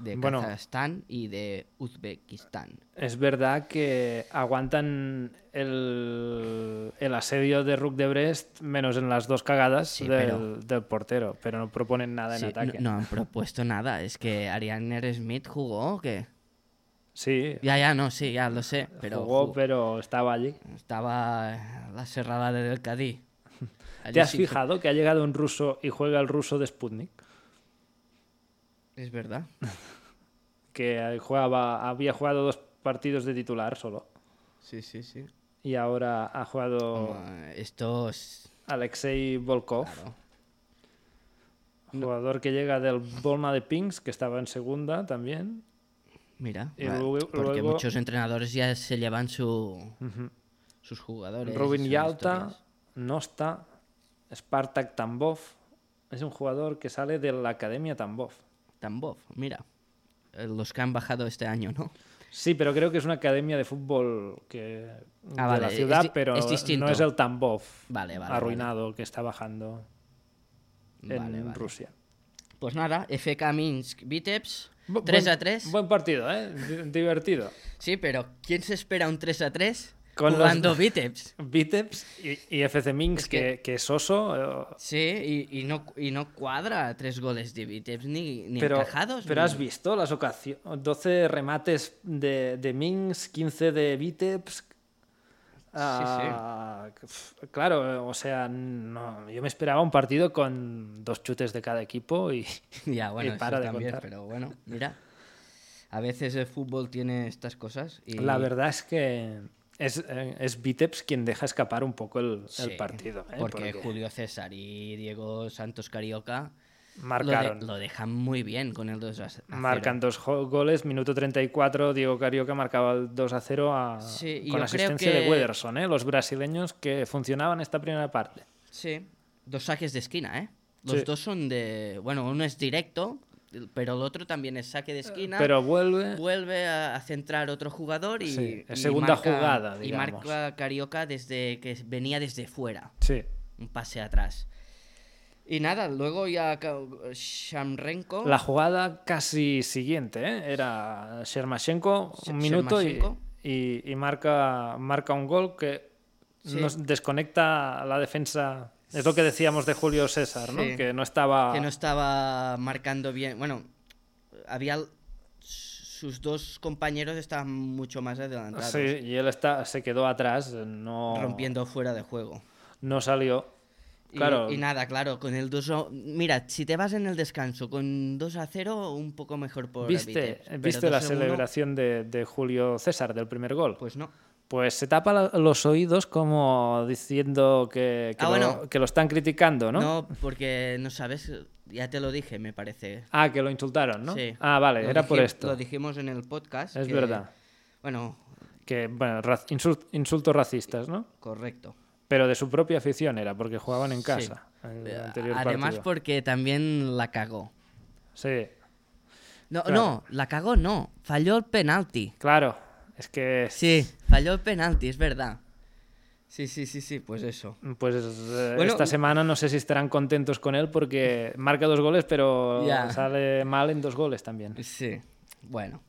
B: de
A: Bueno.
B: Kazajstán y de Uzbekistán.
A: Es verdad que aguantan el, el asedio de Rook de Brest, menos en las dos cagadas
B: Sí,
A: del,
B: pero-
A: del portero, pero no proponen nada en
B: Sí, no,
A: ataque.
B: no han propuesto nada. Es que Ariane Smith jugó o qué?
A: Sí,
B: Ya, ya, no, sí, ya lo sé. Pero
A: jugó,
B: ju-
A: pero estaba allí.
B: estaba eh, la cerrada del Cadí.
A: ¿Te has fijado que ha llegado un ruso y juega el ruso de Sputnik?
B: Es verdad.
A: Que jugaba, había jugado dos partidos de titular solo.
B: Sí, sí, sí.
A: Y ahora ha jugado
B: Estos.
A: Alexei Volkov,
B: Claro.
A: jugador que llega del Bolma de Pinks, que estaba en segunda también.
B: Mira.
A: Y
B: va,
A: luego-
B: porque
A: luego-
B: muchos entrenadores ya se llevan su. Sus jugadores.
A: Robin
B: sus
A: Yalta
B: historias.
A: no está. Spartak Tambov es un jugador que sale de la Academia Tambov.
B: Tambov, mira. Eh, Los que han bajado este año, ¿no?
A: Sí, pero creo que es una academia de fútbol que de
B: Ah, vale,
A: la
B: es
A: ciudad,
B: di-
A: pero
B: es distinto.
A: no es el Tambov
B: Vale, vale,
A: arruinado que está bajando en
B: Vale, vale.
A: Rusia.
B: Pues nada, FK Minsk Vitebs.
A: Bu-
B: 3
A: buen-
B: a 3.
A: Buen partido, ¿eh? Di- Divertido.
B: Sí, pero ¿quién se espera un 3 a 3
A: Con los-
B: jugando Vitebs?
A: Vitebs y, y FC Minsk,
B: Es
A: que...
B: que-
A: Que, es oso. eh,
B: Sí, y, y no, y no cuadra tres goles de Vitebs ni, ni
A: pero,
B: encajados.
A: pero
B: ni-
A: has visto las ocasiones. 12 remates de, de Minsk, 15 de Vitebsk. Ah, pf, Claro, eh, o sea, no, yo me esperaba un partido con dos chutes de cada equipo y
B: Ya, bueno,
A: Y eh, para de
B: eso también,
A: contar.
B: pero bueno, mira. A veces el fútbol tiene estas cosas. Y...
A: la verdad es que es, eh, es Vitebsk quien deja escapar un poco el, el
B: Sí,
A: partido. ¿eh?
B: Porque Julio César y Diego Santos Carioca lo, de-
A: marcaron.
B: lo dejan muy bien con el 2 a 0.
A: Marcan dos jo- goles, minuto 34, Diego Carioca marcaba el 2 a 0 a-
B: Sí, y
A: con
B: yo
A: asistencia
B: creo
A: de
B: que-
A: Wederson, ¿eh? los brasileños que funcionaban esta primera parte.
B: Sí, dos saques de esquina, ¿eh? Los
A: Sí.
B: dos son de. Bueno, uno es directo, pero el otro también es saque de esquina.
A: Eh, Pero vuelve,
B: Vuelve a, a centrar otro jugador y.
A: Sí, es
B: y
A: segunda jugada,
B: Y
A: digamos.
B: marca Carioca desde que venía desde fuera.
A: sí,
B: Un pase atrás. Y nada, luego ya ca- Shamrenko.
A: la jugada casi siguiente, ¿eh? era Shermashenko
B: Sh-
A: un minuto y,
B: Shermashenko.
A: y- y marca, marca un gol que
B: Sí.
A: nos desconecta la defensa. Es lo que decíamos de Julio César, ¿no?
B: Sí.
A: que no estaba...
B: que no estaba marcando bien. Bueno, había sus dos compañeros estaban mucho más adelantados,
A: Sí, y él está, se quedó atrás, no,
B: rompiendo fuera de juego.
A: no salió.
B: Y,
A: Claro.
B: y nada, claro, con el 2 a- Mira, si te vas en el descanso con 2 a 0, un poco mejor por
A: ¿Viste,
B: Vitebs, pero
A: ¿viste
B: 2
A: la
B: a 1,
A: celebración de, de Julio César del primer gol? Pues,
B: Pues no.
A: se tapa la- los oídos como diciendo que, que lo,
B: Ah, bueno.
A: que lo están criticando, ¿no?
B: ¿No? porque no sabes, ya te lo dije, me parece.
A: Ah, que lo insultaron, ¿no?
B: Sí.
A: Ah, vale,
B: Lo
A: era por
B: dijim-
A: esto.
B: Lo dijimos en el podcast.
A: Es
B: que-
A: verdad.
B: Bueno,
A: Que, bueno, ra- insult- insultos racistas, ¿no?
B: correcto.
A: Pero de su propia afición era, porque jugaban en casa. en el
B: Eh,
A: anterior
B: Además,
A: partido.
B: porque también la cagó.
A: Sí,
B: No,
A: Claro.
B: no, la cagó, no. Falló el penalti.
A: claro. Es que
B: Sí, falló el penalti, es verdad. Sí, sí, sí, sí, pues eso.
A: Pues eh,
B: Bueno,
A: esta semana no sé si estarán contentos con él porque marca dos goles, pero
B: Ya.
A: sale mal en dos goles también.
B: Sí, bueno.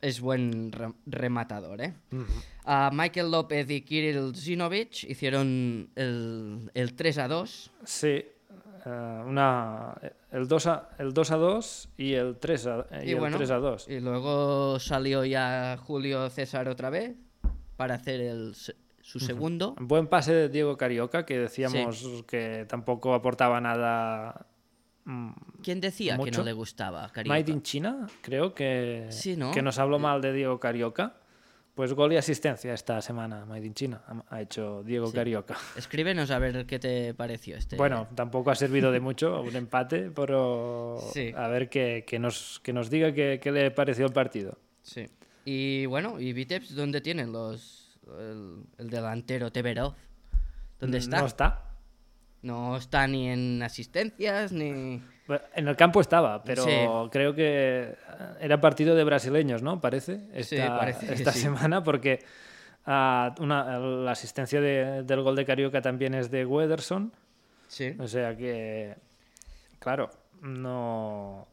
B: Es buen re- rematador, ¿eh? A Michael López y Kirill Zinovich hicieron el, el 3 a 2.
A: Sí, eh, una, el 2 a, el 2 a 2 y el 3 a, y el 3 a 2.
B: Y luego salió ya Julio César otra vez para hacer el, se- su segundo.
A: Buen pase de Diego Carioca, que decíamos que tampoco aportaba nada.
B: ¿Quién decía que
A: Mucho.
B: no le gustaba? Carioca?
A: Made in China, creo que,
B: Sí, ¿no?
A: que nos habló mal de Diego Carioca. Pues gol y asistencia esta semana, Made in China, ha- ha hecho Diego Carioca.
B: Escríbenos a ver qué te pareció este.
A: Bueno, tampoco ha servido de mucho un empate, pero
B: Sí.
A: a ver que, que nos, que nos diga qué qué le pareció el partido.
B: Sí. Y bueno, ¿y Vitebs dónde tienen los el, el delantero Teverov? ¿Dónde está?
A: No está.
B: No está ni en asistencias ni.
A: Bueno, En el campo estaba, pero
B: Sí.
A: creo que era partido de brasileños, ¿no? Parece. Esta,
B: parece que
A: esta
B: sí.
A: semana, porque Ah, una- la asistencia de- del gol de Carioca también es de Wederson.
B: Sí.
A: O sea que, claro, no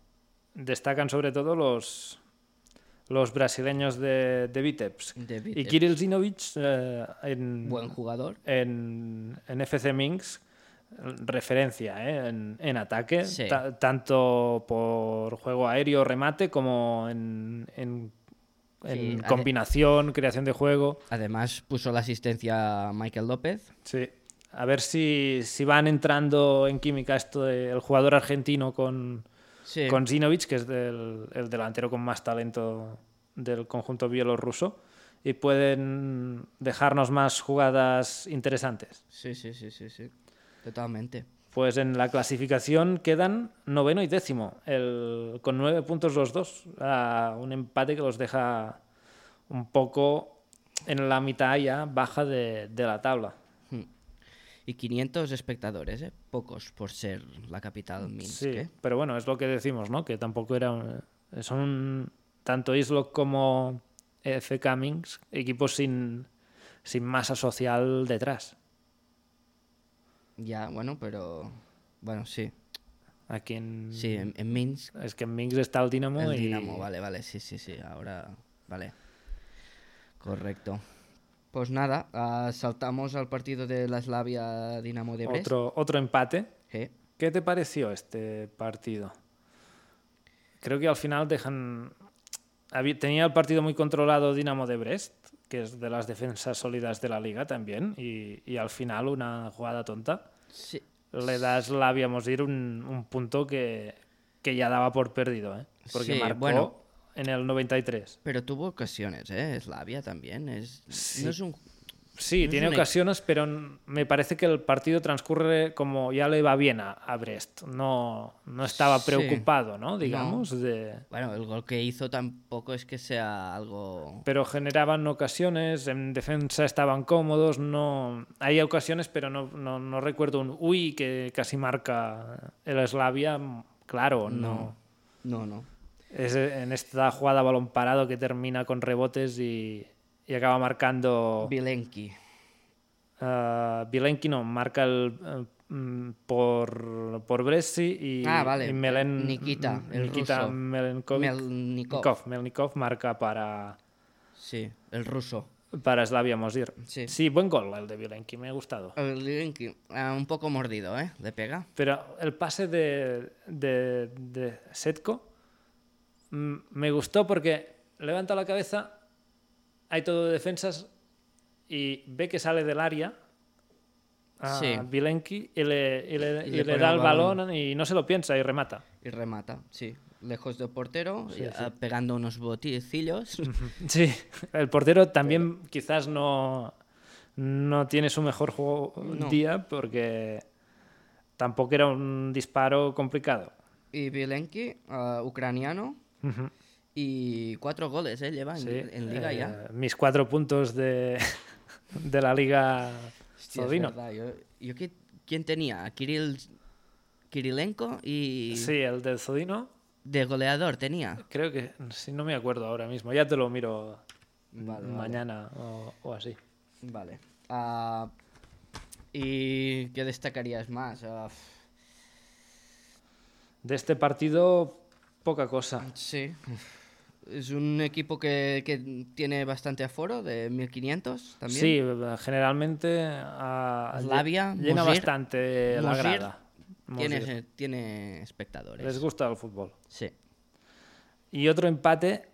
A: destacan sobre todo los, los brasileños de, de Vitebs.
B: De
A: Y
B: Vitebs.
A: Kirill Zinovich eh, en,
B: Buen jugador.
A: en, en FC Minsk, eh, referencia ¿eh? en, en ataque,
B: Sí.
A: ta- tanto por juego aéreo, remate, como en, en- en
B: Sí, ade-
A: combinación, creación de juego.
B: Además, puso la asistencia a Michael López.
A: Sí. A ver si, si van entrando en química esto de- el jugador argentino con,
B: Sí.
A: con Zinovic, que es del- el delantero con más talento del conjunto bielorruso, y pueden dejarnos más jugadas interesantes.
B: Sí, sí, sí, sí, sí. Totalmente.
A: Pues en la clasificación quedan noveno y décimo, el, con nueve puntos los dos, a un empate que los deja un poco en la mitad ya baja de, de la tabla.
B: Y 500 espectadores, ¿eh? Pocos por ser la capital Minsk.
A: Mm, Sí,
B: ¿eh?
A: pero bueno, es lo que decimos, ¿no? Que tampoco era... un- Son tanto Islok como eh, FK Minsk, equipos sin, sin masa social detrás.
B: Ya, bueno, pero. Bueno, sí.
A: Aquí en...
B: Sí, en, en Minsk.
A: Es que en Minsk está el Dinamo
B: El
A: y...
B: Dinamo, vale, vale, sí, sí, sí. Ahora. Vale. Correcto. Pues nada, ah, saltamos al partido de la Slavia Dinamo de Brest. Eh,
A: otro, otro empate.
B: ¿Qué?
A: ¿Qué te pareció este partido? Creo que al final dejan. habí- Tenía el partido muy controlado Dinamo de Brest, que es de las defensas sólidas de la liga también, y, y al final una jugada tonta.
B: Sí,
A: Le das la habíamos ir un, un punto que, que ya daba por perdido, ¿eh? porque
B: Sí,
A: marcó
B: bueno.
A: en el 93.
B: pero tuvo ocasiones, ¿eh? Slavia también. Es... No es un.
A: Sí,
B: es
A: tiene
B: un ex-
A: ocasiones, pero n- me parece que el partido transcurre como ya le va bien a, a Brest. No, no estaba
B: Sí.
A: preocupado, ¿no? Digamos, de...
B: Bueno, el gol que hizo tampoco es que sea algo.
A: pero generaban ocasiones, en defensa estaban cómodos, no hay ocasiones, pero no, no, no recuerdo un uy que casi marca el Slavia, claro, no.
B: No, no.
A: Es en esta jugada balón parado que termina con rebotes y, y acaba marcando
B: Bilenki.
A: eh, Bilenki, no, marca el, eh, mm, por, por Bresi y,
B: Ah, vale,
A: y Melen,
B: Nikita, el
A: Nikita
B: ruso.
A: Melenkovic-
B: Melnikov.
A: Nikov, Melnikov marca para,
B: Sí, el ruso.
A: Para Slavia Mosir.
B: Sí.
A: buen gol el de Violenki, me ha gustado.
B: El Bilenki, ah, un poco mordido, ¿eh? Le pega.
A: Pero el pase de, de, de Setko mm, me gustó porque levanta la cabeza, hay todo de defensas y ve que sale del área a
B: Sí.
A: Violenki y le, y le-
B: Y
A: y
B: le
A: le
B: pone
A: da
B: el
A: el balón. y no se lo piensa y remata.
B: Y remata, sí. Lejos del portero,
A: Sí,
B: y,
A: sí.
B: ah, pegando unos boticillos.
A: Sí, el portero también quizás no, no tiene su mejor juego
B: No.
A: día porque tampoco era un disparo complicado.
B: y Bilenki, ah, ucraniano. Y cuatro goles, ¿eh? Lleva en,
A: Sí,
B: en liga
A: eh,
B: ya.
A: Mis cuatro puntos de, de la liga
B: Sí, es
A: Zodino.
B: verdad, Yo, yo qué- ¿Quién tenía? A Kirill... Kirilenko y...
A: Sí, el del Zodino,
B: De goleador tenía.
A: creo que, sí, no me acuerdo ahora mismo, ya te lo miro
B: Vale,
A: mañana o- o así.
B: Vale. Ah, ¿Y qué destacarías más? Ah, f-
A: De este partido, poca cosa.
B: sí. Es un equipo que, que tiene bastante aforo, de 1500 también.
A: Sí, generalmente ah, lle-
B: Slavia,
A: llena
B: Mosir.
A: bastante la
B: Mosir
A: grada.
B: Tiene,
A: Mosir.
B: tiene espectadores.
A: Les gusta el fútbol.
B: Sí.
A: Y otro empate,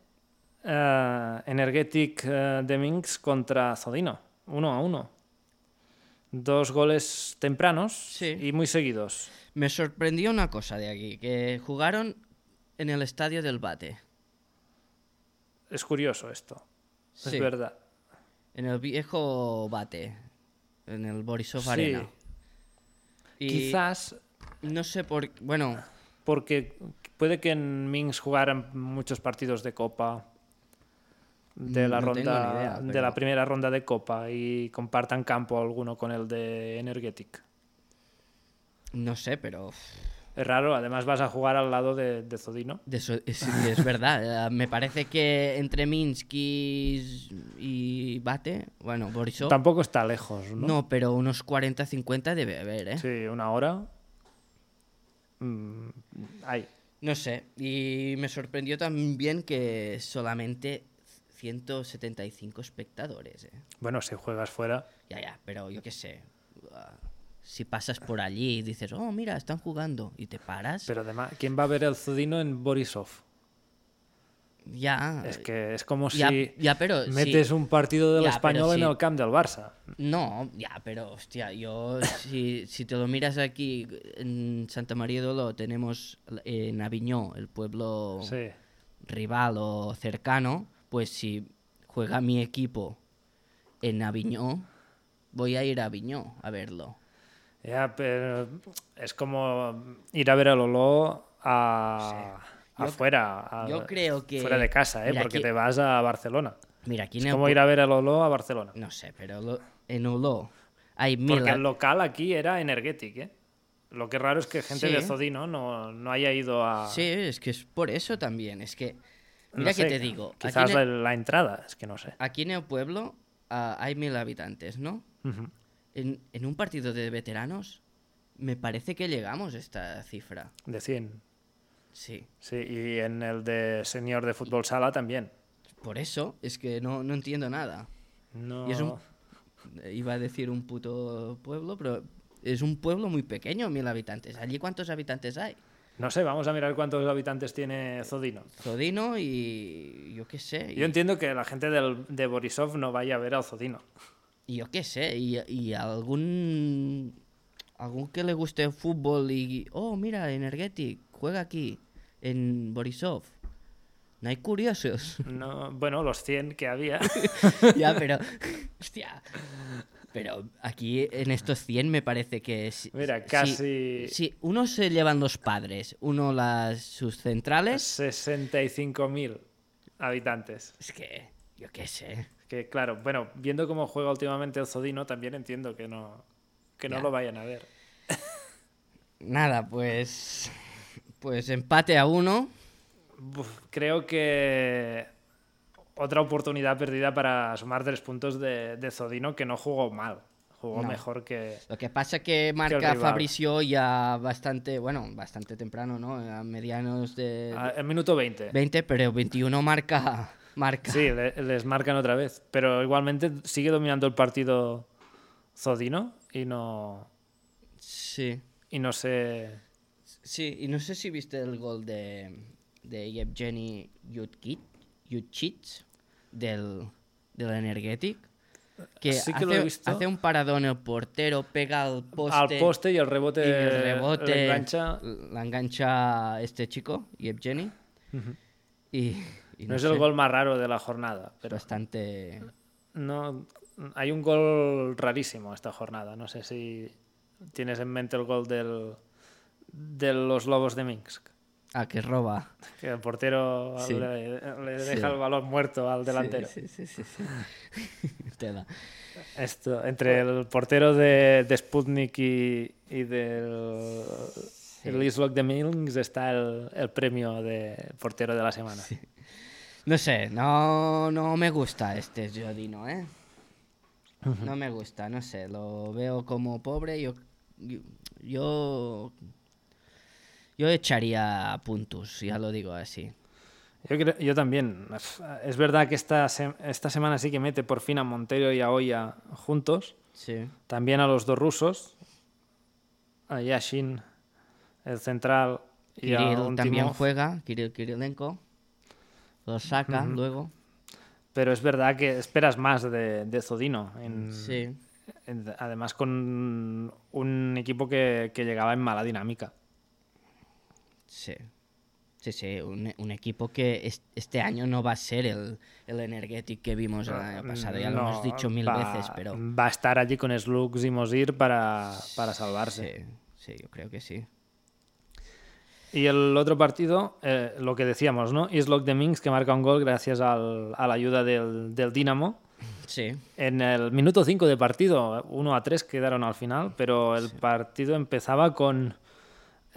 A: eh, Energetic eh, de Minsk contra Zodino, uno a uno. Dos goles tempranos
B: Sí.
A: y muy seguidos.
B: Me sorprendió una cosa de aquí, que jugaron en el estadio del Bate,
A: Es curioso esto,
B: Sí.
A: es verdad.
B: en el viejo Bate, en el Borisov
A: Sí.
B: Arena. Y
A: Quizás
B: no sé por bueno,
A: porque puede que en Minsk jugaran muchos partidos de Copa de la
B: Mm, No tengo
A: ronda
B: ni idea,
A: de
B: pero-
A: la primera ronda de Copa y compartan campo alguno con el de Energetic.
B: no sé, pero uf,
A: Es raro, además vas a jugar al lado de, de Zodino.
B: De eso, es, es verdad, me parece que entre Minsk y, y Bate, bueno, Borisov...
A: Tampoco está lejos, ¿no?
B: No, pero unos 40, 50 debe haber, ¿eh?
A: Sí, una hora. Mm, ahí.
B: No sé, y me sorprendió también que solamente 175 espectadores, ¿eh?
A: Bueno, si juegas fuera...
B: Ya, ya, pero yo qué sé. uh, Si pasas por allí y dices, oh, mira, están jugando, y te paras.
A: Pero además, ¿quién va a ver el Zudino en Borisov?
B: Ya.
A: Es que es como
B: ya,
A: si
B: ya, pero
A: metes
B: si-
A: un partido del
B: Ya, pero
A: español en
B: sí.
A: el camp del Barça.
B: No, ya, pero hostia, yo, si, si te lo miras aquí, en Santa María de Oló tenemos eh, en Aviñó, el pueblo
A: Sí.
B: rival o cercano, pues si juega mi equipo en Aviñó, voy a ir a Aviñó a verlo.
A: Ya, pero es como ir a ver al Oló a...
B: Yo-
A: afuera. a-
B: yo creo que-
A: Fuera de casa, ¿eh?
B: Mira,
A: porque
B: aquí-
A: te vas a Barcelona.
B: Mira, aquí
A: Es
B: en el
A: como
B: pu-
A: ir a ver al Oló a Barcelona.
B: No sé, pero lo- en Oló hay mil...
A: Porque el local aquí era Energetic, ¿eh? Lo que es raro es que gente
B: Sí.
A: de Zodino no, no haya ido a...
B: Sí, es que es por eso también, es que...
A: ah. no
B: Mira
A: sé,
B: que te digo, aquí
A: Quizás
B: en el-
A: la, la entrada, es que no sé.
B: aquí en el pueblo ah, hay mil habitantes, ¿no?
A: Ujú.
B: En, en un partido de veteranos, me parece que llegamos a esta cifra.
A: De 100.
B: Sí.
A: Sí, y en el de senior de fútbol sala también.
B: Por eso es que no, no entiendo nada.
A: No...
B: Y es un- Iba a decir un puto pueblo, pero es un pueblo muy pequeño, mil habitantes. ¿Allí cuántos habitantes hay?
A: No sé, vamos a mirar cuántos habitantes tiene Zodino.
B: Zodino y yo qué sé. Y
A: Yo entiendo que la gente del- de Borisov no vaya a ver al Zodino.
B: y yo qué sé, y, y algún algún que le guste el fútbol y oh mira, Energetic juega aquí en Borisov. No hay curiosos.
A: No, bueno, los 100 que había.
B: ya, pero hostia. Pero aquí en estos 100 me parece que si-
A: Mira,
B: si-
A: casi-
B: Si, uno se llevan los padres, uno las sus centrales,
A: 65.000 habitantes.
B: es que yo qué sé.
A: Que claro, bueno, viendo cómo juega últimamente el Zodino, también entiendo que no, que no
B: Ya.
A: lo vayan a ver.
B: Nada, pues pues empate a uno.
A: Uf, creo que otra oportunidad perdida para sumar tres puntos de, de Zodino que no jugó mal. Jugó
B: No.
A: mejor que...
B: Lo que pasa que
A: Que el
B: marca
A: rival.
B: Fabricio ya bastante, bueno, bastante temprano, ¿no? A medianos de
A: Ah, El minuto 20.
B: 20, pero 21 marca marca.
A: Sí, le- les marcan otra vez. Pero igualmente sigue dominando el partido Zodino y no,
B: Sí.
A: y no sé.
B: Sí, y no sé si viste el gol de, de Yevgeny Yutkit, Yutchits del, del Energetic. Que,
A: Sí que
B: hace,
A: lo he visto.
B: hace un paradón el portero, pega al poste,
A: Al poste y el
B: y
A: rebote.
B: el rebote
A: la engancha.
B: la engancha este chico, Yevgeny. y, y
A: No,
B: no
A: es el
B: sé,
A: gol más raro de la jornada. Pero
B: Bastante...
A: no, hay un gol rarísimo esta jornada. No sé si tienes en mente el gol del, de los Lobos de Minsk.
B: Ah, que roba.
A: Que el portero
B: Sí.
A: le, le
B: Sí.
A: deja el balón muerto al delantero.
B: Sí, sí, sí. sí, sí. Tela.
A: Esto, entre el portero de, de Sputnik y, y del el Islog de Milings está el, el premio de portero de la semana.
B: No sé, no, no me gusta este Jodino, ¿eh? No me gusta, no sé, lo veo como pobre, yo... Yo... Yo, yo echaría a Puntus, ya lo digo así.
A: Yo, creo- yo también. Es verdad que esta, se- esta semana sí que mete por fin a Montero y a Oya juntos.
B: Sí.
A: También a los dos rusos. A Yashin, el central. Y a
B: Kirill también
A: Untimov.
B: juega, Kirill Kirilenko. Lo saca luego.
A: Pero es verdad que esperas más de, de Zodino en,
B: Sí.
A: En- Además con un equipo que, que llegaba en mala dinámica.
B: Sí. Sí, sí, un, un equipo que es- este año no va a ser el, el Energetic que vimos el año pasado, ya lo
A: Ah, Mm, No,
B: hemos dicho mil
A: va-
B: veces, pero...
A: Va a estar allí con Slugs y Mosir para, para salvarse.
B: Sí, sí, yo creo que sí.
A: Y el otro partido, eh, lo que decíamos, ¿no? Islok de Minsk que marca un gol gracias al- a la ayuda del, del Dinamo.
B: Sí,
A: En el minuto 5 de partido, 1 a 3 quedaron al final, pero el partido empezaba con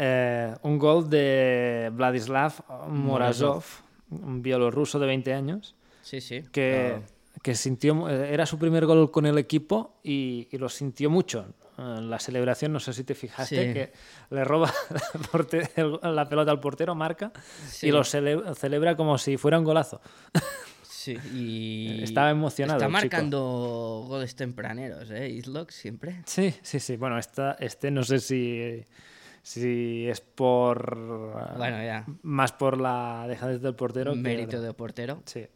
A: Eh, un gol de Vladislav Morazov, un bielorruso de 20 años,
B: Sí, sí. Ah,
A: que,
B: claro.
A: que sintió, eh, era su primer gol con el equipo y, y lo sintió mucho. En la celebración, no sé si te fijaste,
B: Sí.
A: que le roba la, porte- el- la pelota al portero, marca
B: Sí.
A: y lo cele- celebra como si fuera un golazo.
B: Sí, y
A: Estaba emocionado
B: Está
A: el chico.
B: marcando goles tempraneros, ¿eh? Islock siempre.
A: Sí, sí, sí. Bueno, esta, este no sé si, si es por.
B: Bueno, ya.
A: Más por la dejadez del portero. Ah. que-
B: Mérito de portero.
A: Sí.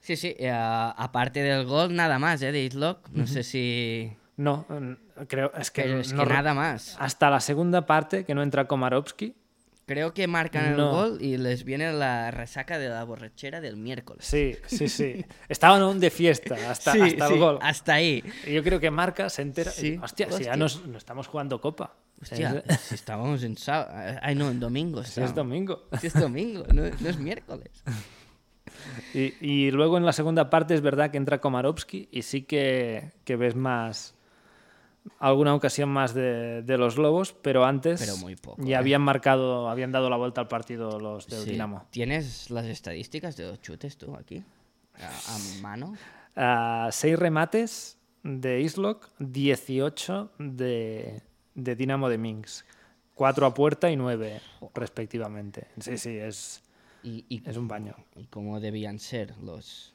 B: Sí, sí. eh, aparte del gol, nada más, ¿eh? De Islock. No sé si.
A: No, mm, creo. Es que,
B: Pero es que
A: no re-
B: nada más.
A: Hasta la segunda parte, que no entra Komarovsky.
B: Creo que marcan
A: No.
B: el gol y les viene la resaca de la borrachera del miércoles.
A: Sí, sí, sí. Estaban aún de fiesta hasta,
B: Sí,
A: hasta
B: sí,
A: el gol.
B: Hasta ahí.
A: Y Yo creo que marca, se entera. y,
B: Sí,
A: hostia, si ya
B: hostia.
A: nos, no estamos jugando copa.
B: Hostia,
A: Es-
B: si estábamos en sábado. Ay, no, en domingo.
A: si es
B: estábamos.
A: domingo.
B: Si es domingo, no, no es miércoles.
A: Y, y luego en la segunda parte es verdad que entra Komarovsky y sí que, que ves más alguna ocasión más de, de los Lobos, pero antes
B: Pero muy poco,
A: ya
B: ¿eh?
A: habían marcado, habían dado la vuelta al partido los del
B: Sí.
A: Dinamo.
B: ¿Tienes las estadísticas de los chutes tú aquí? A, a mano.
A: Ah, seis remates de Islok, 18 de, de Dinamo de Minsk. Cuatro a puerta y nueve, respectivamente. Sí, sí, es,
B: Y, y,
A: es un baño.
B: y cómo debían ser los,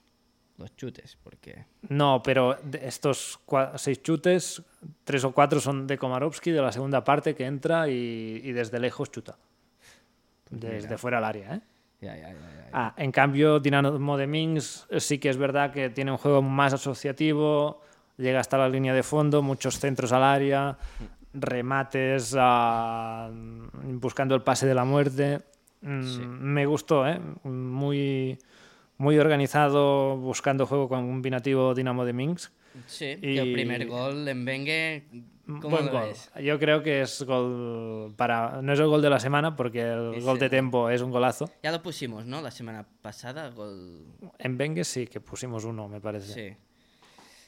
B: los chutes, porque.
A: No, pero de estos cua- seis chutes, tres o cuatro son de Komarovsky de la segunda parte que entra y, y desde lejos chuta. Desde fuera al área. ¿eh?
B: Ya, ya, ya, ya, ya.
A: Ah, en cambio, Dinamo de Minsk eh, sí que es verdad que tiene un juego más asociativo, llega hasta la línea de fondo, muchos centros al área,
B: Mm.
A: remates ah, buscando el pase de la muerte. Mm, Me gustó, ¿eh? muy, muy organizado, buscando juego combinativo Dinamo de Minsk.
B: Sí,
A: y-
B: el primer gol en Bengue. ¿Cómo
A: Mm, Buen
B: lo
A: gol.
B: ves?
A: Yo creo que es gol para. No es el gol de la semana, porque el
B: Ese
A: gol de
B: no.
A: tempo es un golazo.
B: Ya lo pusimos, ¿no? La semana pasada, gol.
A: En Bengue sí que pusimos uno, me parece.
B: Sí.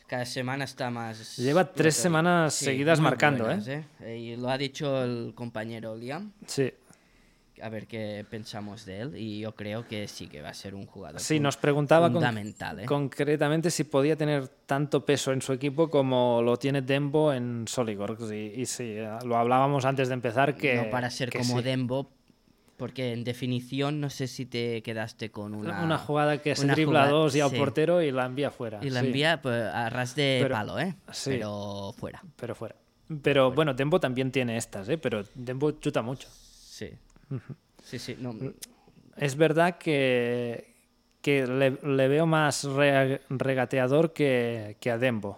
B: Cada semana está más.
A: Lleva tres
B: brutal.
A: semanas seguidas
B: muy
A: marcando,
B: ¿eh? Eh, Y lo ha dicho el compañero Liam.
A: Sí.
B: A ver qué pensamos de él. Y yo creo que sí que va a ser un jugador.
A: Sí,
B: fun-
A: nos preguntaba con-
B: fundamental, ¿eh?
A: concretamente si podía tener tanto peso en su equipo como lo tiene Dembo en Soligorsk. Y, y sí, eh, lo hablábamos antes de empezar que...
B: no para ser
A: que
B: como
A: sí.
B: Dembo, porque en definición no sé si te quedaste con una,
A: Una jugada que se
B: una
A: dribla a
B: jugada-
A: dos y al
B: sí.
A: portero y la envía fuera.
B: Y la
A: sí,
B: envía pues, a ras de
A: Pero-
B: palo, ¿eh?
A: sí.
B: Pero fuera.
A: Pero fuera. Pero bueno, Dembo también tiene estas, ¿eh? pero Dembo chuta mucho.
B: Sí. Sí, sí. No,
A: Eh, Es verdad que, que le, le veo más re- regateador que, que a Dembo,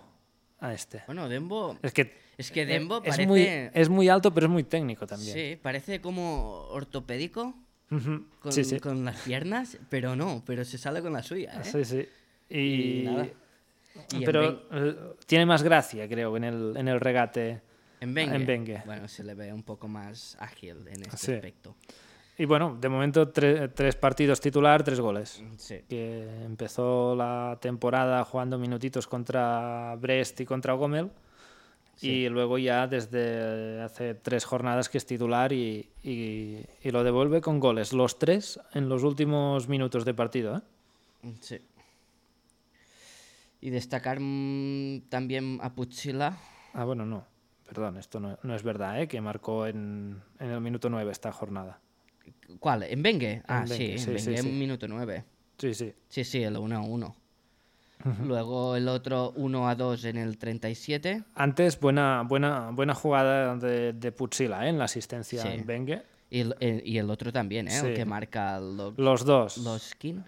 A: a este.
B: bueno, Dembo.
A: Es que
B: Es que Dembo
A: eh, es
B: parece.
A: muy, es muy alto, pero es muy técnico también.
B: sí, parece como ortopédico
A: Ujú.
B: con,
A: sí, sí.
B: con las piernas, pero no, pero se sale con la suya, ¿eh?
A: Sí, sí. Y,
B: Y nada. Y en
A: pero
B: Ben-
A: eh, tiene más gracia, creo, en el, en el regate.
B: En Bengue.
A: en Bengue.
B: Bueno, se le ve un poco más ágil en este
A: Sí.
B: aspecto.
A: Y bueno, de momento tre- tres partidos titular, tres goles.
B: Sí.
A: Que empezó la temporada jugando minutitos contra Brest y contra Gomel. Y luego ya desde hace tres jornadas que es titular y, y- y lo devuelve con goles. Los tres en los últimos minutos de partido. ¿eh?
B: Sí. Y destacar mm, también a Puchila.
A: Ah, bueno, no. Perdón, esto no, no es verdad, ¿eh? que marcó en, en el minuto 9 esta jornada.
B: ¿Cuál? ¿En Bengue? Ah,
A: Bengue,
B: sí,
A: sí,
B: en
A: sí,
B: Bengue,
A: sí.
B: en minuto 9.
A: Sí, sí.
B: Sí, sí, el 1 a 1. Luego el otro 1 a 2 en el 37.
A: Antes, buena, buena, buena jugada de, de Puchila ¿eh? en la asistencia
B: Sí.
A: en Bengue.
B: Y el, el- y el otro también, ¿eh?
A: Sí. ah,
B: El que marca lo-
A: Los dos.
B: Loskin.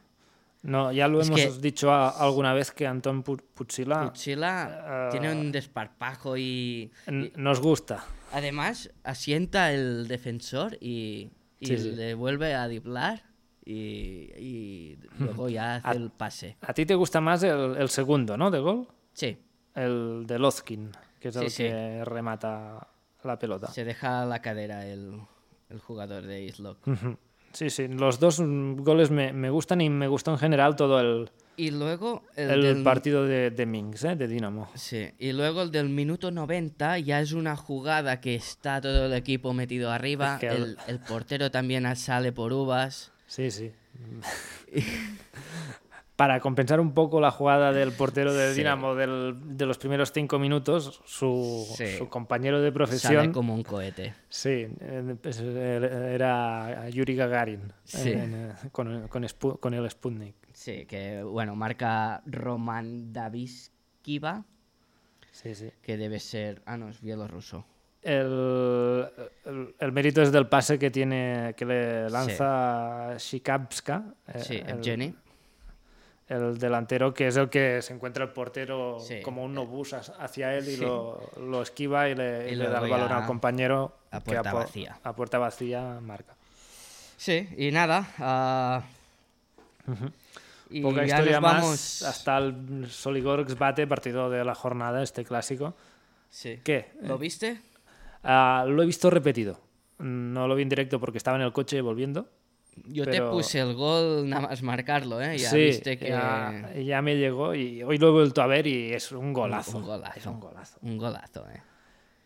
A: No, ya lo
B: Es
A: hemos
B: que-
A: dicho a- alguna vez que Antón Pu- Puchila ah.
B: Puchila tiene un desparpajo y.
A: n- nos gusta.
B: Además, asienta el defensor y, y
A: Sí, sí.
B: le vuelve a diblar y, y luego ya hace
A: Ah.
B: el pase.
A: A ti te gusta más el, el segundo, ¿no? De gol.
B: Sí,
A: El de Lozkin, que es
B: Sí,
A: el
B: sí.
A: que remata la pelota.
B: se deja la cadera el, el jugador de Islock.
A: Sí, sí, los dos mm, goles me, me gustan y me gustó en general todo el,
B: Y luego
A: el, del... partido de, de Minsk, ¿eh? de Dinamo.
B: Sí, y luego el del minuto 90 ya es una jugada que está todo el equipo metido arriba.
A: Es que
B: el...
A: el-
B: el portero también sale por uvas.
A: Sí, sí. Para compensar un poco la jugada del portero de
B: Sí.
A: Dinamo del- de los primeros cinco minutos, su,
B: Sí.
A: su compañero de
B: Sale
A: profesión
B: como un cohete.
A: sí, eh, pues, eh, era Yuri Gagarin
B: Sí.
A: en- en, eh, con, con Spu- con el Sputnik.
B: Sí, que bueno, marca Roman Daviskiva,
A: Sí, sí.
B: que debe ser. Ah, no, es bielorruso.
A: El, el- el mérito es del pase que tiene que le lanza Shikabska, eh,
B: Sí,
A: el-
B: Evgeny.
A: el delantero que es el que se encuentra el portero
B: Sí. Eh,
A: como un obús as- hacia él y
B: Sí.
A: lo, lo esquiva y le,
B: Y
A: y le da
B: luego
A: el balón
B: ya
A: al compañero
B: a
A: que
B: puerta
A: pu-
B: vacía.
A: a puerta vacía marca.
B: Sí, y nada. ah, y
A: Poca
B: ya
A: historia
B: nos
A: más
B: vamos-
A: hasta el Soligorx bate partido de la jornada este clásico.
B: Sí.
A: ¿Qué?
B: ¿Lo viste?
A: Ah, lo he visto repetido. No lo vi en directo porque estaba en el coche volviendo.
B: Yo
A: Pero-
B: te puse el gol nada más marcarlo, ¿eh? Ya
A: sí,
B: viste que.
A: ya, ya me llegó y hoy lo he vuelto a ver y es un golazo.
B: Un golazo.
A: Es un golazo.
B: Un golazo, ¿eh?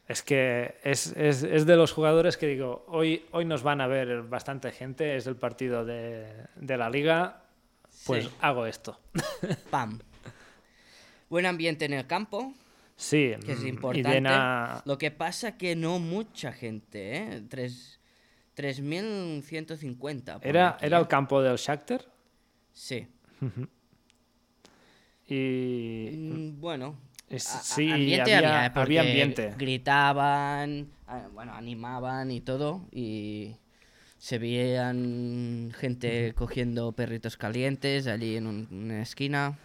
A: Es que es, es- es de los jugadores que digo, hoy, hoy nos van a ver bastante gente, es el partido de, de la liga, pues
B: Sí.
A: hago esto.
B: Pam. Buen ambiente en el campo,
A: Sí,
B: que es
A: mm, y
B: importante.
A: llena-
B: Lo que pasa que no mucha gente, ¿eh? Tres- 3.150. por
A: era,
B: aquí,
A: era
B: ¿eh?
A: el campo del Shakhtar
B: Sí.
A: y...
B: Mm, Bueno.
A: Es-
B: a- a-
A: Eh, sí,
B: ambiente
A: había-
B: había, ¿eh?
A: había
B: Porque
A: ambiente.
B: Gritaban, a- bueno, animaban y todo. Y se veían gente cogiendo perritos calientes allí en un- una esquina.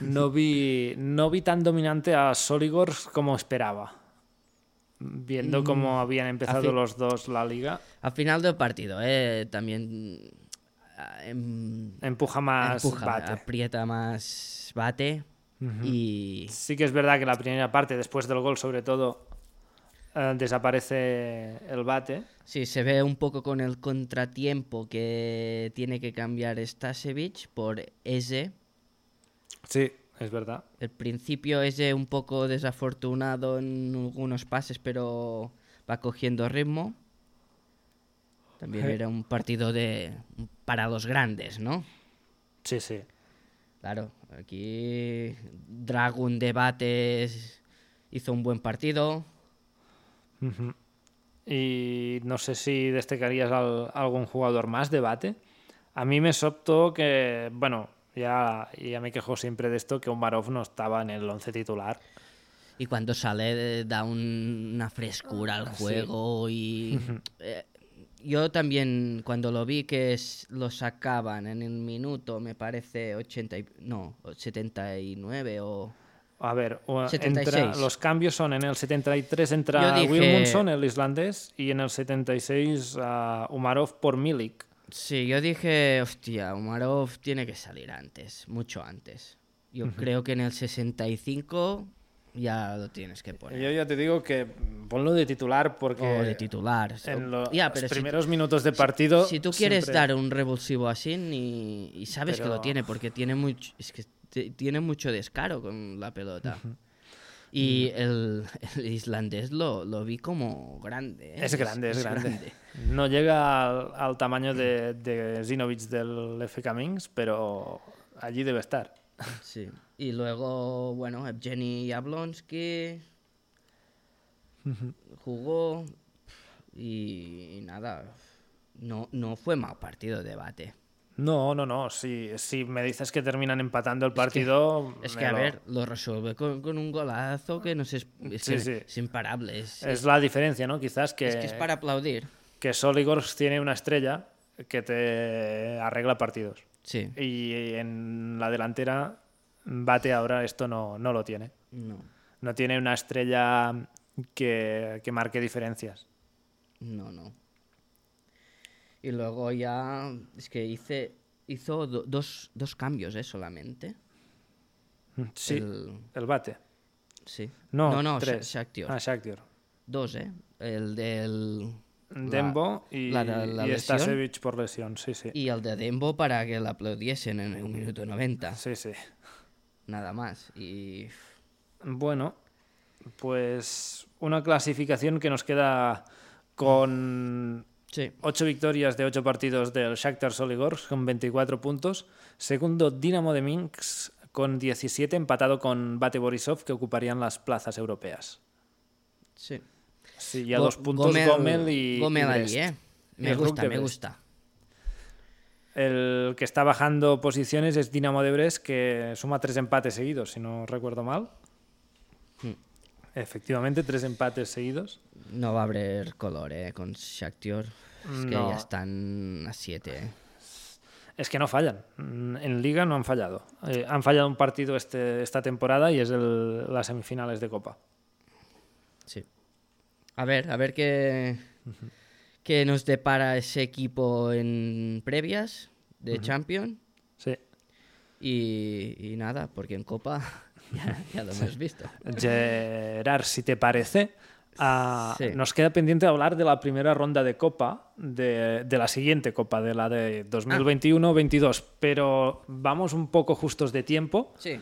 A: No vi, no vi tan dominante a Soligors como esperaba. Viendo cómo habían empezado
B: Afi-
A: los dos la liga,
B: Al final del partido, ¿eh? También. ah, em,
A: empuja más
B: empuja, eh,
A: bate.
B: aprieta más bate. Y.
A: Sí que es verdad que la primera parte, después del gol sobre todo, eh, desaparece el bate.
B: Sí, se ve un poco con el contratiempo que tiene que cambiar Stasevich por ese.
A: Sí, es verdad.
B: El principio ese un poco desafortunado en algunos pases, pero va cogiendo ritmo. También
A: Sí.
B: era un partido de para los grandes, ¿no?
A: Sí, sí.
B: Claro, aquí Dragon Debates hizo un buen partido.
A: Y no sé si destacarías al- algún jugador más de bate. A mí me soptó que, bueno, ya, ya me quejo siempre de esto, que Umarov no estaba en el once titular.
B: Y cuando sale eh, da un- una frescura al juego y eh, yo también cuando lo vi que es- lo sacaban en el minuto me parece 80 y- no, 79 o
A: A ver, o- entra-
B: 76.
A: los cambios son en el 73 entra
B: Yo dije-
A: Wilmundson, el islandés, y en el 76 a Umarov por Milik.
B: sí, yo dije, hostia, Umarov tiene que salir antes, mucho antes. Yo creo que en el 65 ya lo tienes que poner.
A: Yo ya te digo que ponlo de titular porque
B: O Oh, de titular.
A: en
B: o-
A: los
B: Ya, pero si-
A: primeros minutos de partido...
B: Si tú quieres
A: siempre-
B: dar eh, un revulsivo así y, y sabes que lo
A: Pero-
B: tiene, porque tiene mucho, es que te- tiene mucho descaro con la pelota. Y el, el islandés lo, lo vi como grande. ¿eh?
A: Es grande, es, grande. No llega al, al tamaño de, de Zinovic del FK Minsk, pero allí debe estar.
B: Sí. Y luego, bueno, Evgeny Jablonski jugó y, y nada. No, no fue mal partido de debate.
A: No, no, no. Si, si me dices que terminan empatando el partido...
B: Es
A: me
B: que, a
A: lo-
B: ver, lo resuelve con, con un golazo que no sé, es, es
A: Sí,
B: que
A: sí.
B: es imparable. Es,
A: Es la diferencia, ¿no? Quizás que,
B: es que es para aplaudir.
A: que Soligorsk tiene una estrella que te arregla partidos.
B: Sí.
A: Eh. Y en la delantera, Bate ahora esto no, no lo tiene.
B: No,
A: No tiene una estrella que, que marque diferencias.
B: no, no. Y luego ya, es que hice, hizo do- dos, dos cambios, ¿eh? Solamente.
A: Sí, el, Ah,
B: El-
A: bate.
B: sí.
A: No,
B: no, no Sha-
A: tres.
B: Shakhtar.
A: Ah, Shakhtar.
B: Dos, ¿eh? El del
A: Dembo y,
B: la- la- la
A: y
B: lesión.
A: Stasevich por lesión, sí, sí.
B: Y el de Dembo para que la aplaudiesen en un minuto 90.
A: Sí, sí.
B: Nada más. Y
A: Bueno, pues una clasificación que nos queda con
B: sí,
A: 8 victorias de 8 partidos del Shakhtar Soligorsk con 24 puntos. Segundo, Dinamo de Minsk con 17, empatado con Bate Borisov, que ocuparían las plazas europeas.
B: sí.
A: Sí, ya
B: Go-
A: dos puntos Gomel, y.
B: Gomel
A: y Brest.
B: allí, eh. Me
A: El Rook
B: gusta,
A: de
B: me
A: Brest.
B: gusta.
A: El que está bajando posiciones es Dinamo de Brest, que suma tres empates seguidos, si no recuerdo mal.
B: Hmm.
A: Efectivamente, tres empates seguidos.
B: No va a haber color, eh, con Shakhtar. Es que
A: No.
B: ya están a 7, eh.
A: Es que no fallan. Mm, En Liga no han fallado. Eh, han fallado un partido este, esta temporada y es el- las semifinales de Copa.
B: Sí. A ver, a ver qué, qué nos depara ese equipo en previas de Champions.
A: Sí.
B: Y, y nada, porque en Copa ya, ya lo hemos visto.
A: Gerard, si te parece, ah,
B: Sí.
A: nos queda pendiente hablar de la primera ronda de Copa, de, de la siguiente Copa, de la de
B: Ah.
A: 2021-22, pero vamos un poco justos de tiempo.
B: Sí.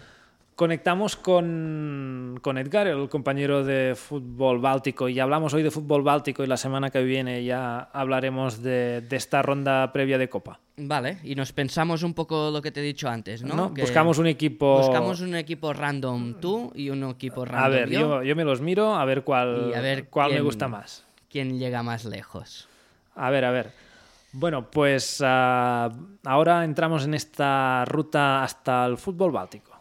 A: Conectamos con, con Edgar, el compañero de fútbol báltico, y hablamos hoy de fútbol báltico y la semana que viene ya hablaremos de, de esta ronda previa de Copa.
B: Vale, y nos pensamos un poco lo que te he dicho antes, ¿no?
A: ¿no?
B: Que
A: Buscamos un equipo...
B: buscamos un equipo random tú y un equipo random
A: a ver,
B: yo.
A: yo, yo me los miro, a ver cuál,
B: Y a ver
A: cuál me
B: quién-
A: gusta más.
B: ¿Quién llega más lejos?
A: A ver, a ver. Bueno, pues ah, ahora entramos en esta ruta hasta el fútbol báltico.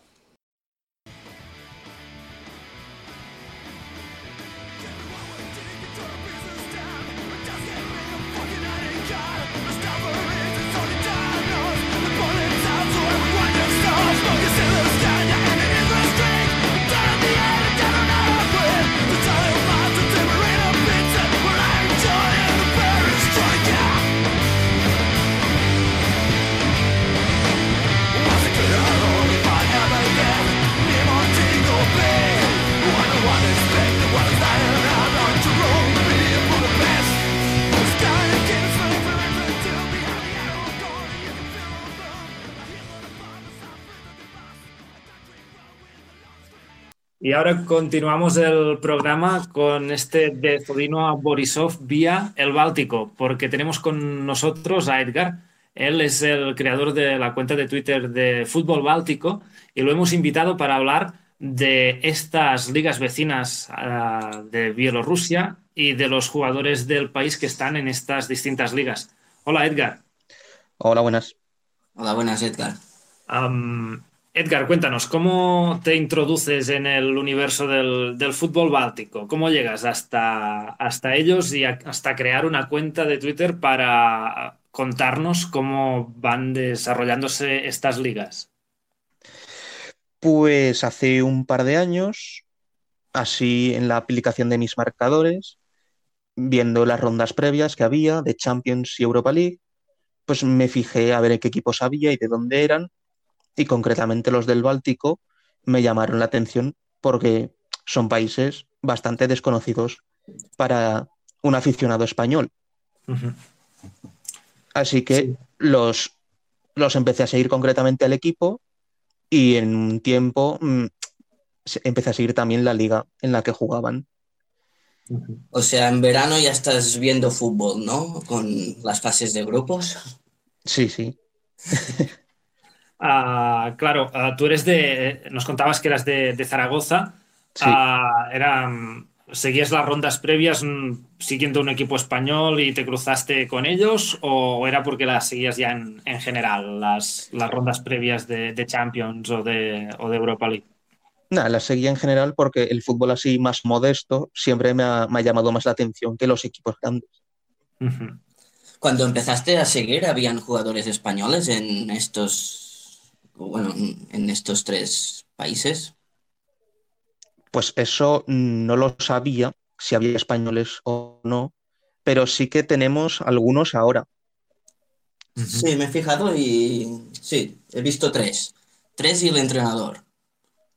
A: Y ahora continuamos el programa con este de Zodino a Borisov vía el Báltico, porque tenemos con nosotros a Edgar. Él es el creador de la cuenta de Twitter de Fútbol Báltico y lo hemos invitado para hablar de estas ligas vecinas ah, de Bielorrusia y de los jugadores del país que están en estas distintas ligas. Hola, Edgar.
C: Hola, buenas.
D: Hola, buenas, Edgar.
A: Am, Edgar, cuéntanos, ¿cómo te introduces en el universo del, del fútbol báltico? ¿Cómo llegas hasta, hasta ellos y a- hasta crear una cuenta de Twitter para contarnos cómo van desarrollándose estas ligas?
C: Pues hace un par de años, así en la aplicación de mis marcadores, viendo las rondas previas que había de Champions y Europa League, pues me fijé a ver en qué equipos había y de dónde eran, y concretamente los del Báltico me llamaron la atención porque son países bastante desconocidos para un aficionado español. Así que
A: Sí.
C: los, los empecé a seguir concretamente al equipo y en un tiempo mm, se- empecé a seguir también la liga en la que jugaban.
D: O sea, en verano ya estás viendo fútbol, ¿no? Con las fases de grupos.
C: Sí, sí.
A: Ah, claro, ah, tú eres de, nos contabas que eras de, de Zaragoza,
C: sí.
A: Ah, era, mm, ¿seguías las rondas previas mm, siguiendo un equipo español y te cruzaste con ellos o era porque las seguías ya en, en general, las, las rondas previas de, de Champions o de, o de Europa League?
C: Nada, la seguía en general porque el fútbol así más modesto siempre me ha, me ha llamado más la atención que los equipos grandes.
A: Ujú.
D: Cuando empezaste a seguir, ¿habían jugadores españoles en estos, bueno, en estos tres países?
C: Pues eso mm, no lo sabía, si había españoles o no, pero sí que tenemos algunos ahora.
D: Sí, me he fijado y sí, he visto tres. Tres y el entrenador.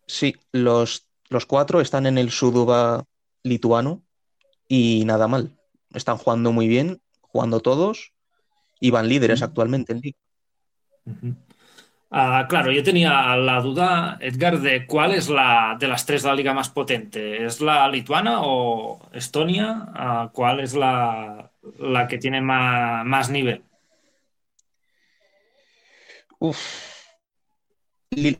C: Sí, los, los cuatro están en el Suduba lituano y nada mal. están jugando muy bien, jugando todos, y van líderes actualmente en liga.
A: Uh -huh. Ah, claro, yo tenía la duda, Edgar, de cuál es la de las tres la liga más potente. ¿Es la lituana o Estonia? Ah, ¿Cuál es la, la que tiene más, más, nivel?
C: Uf.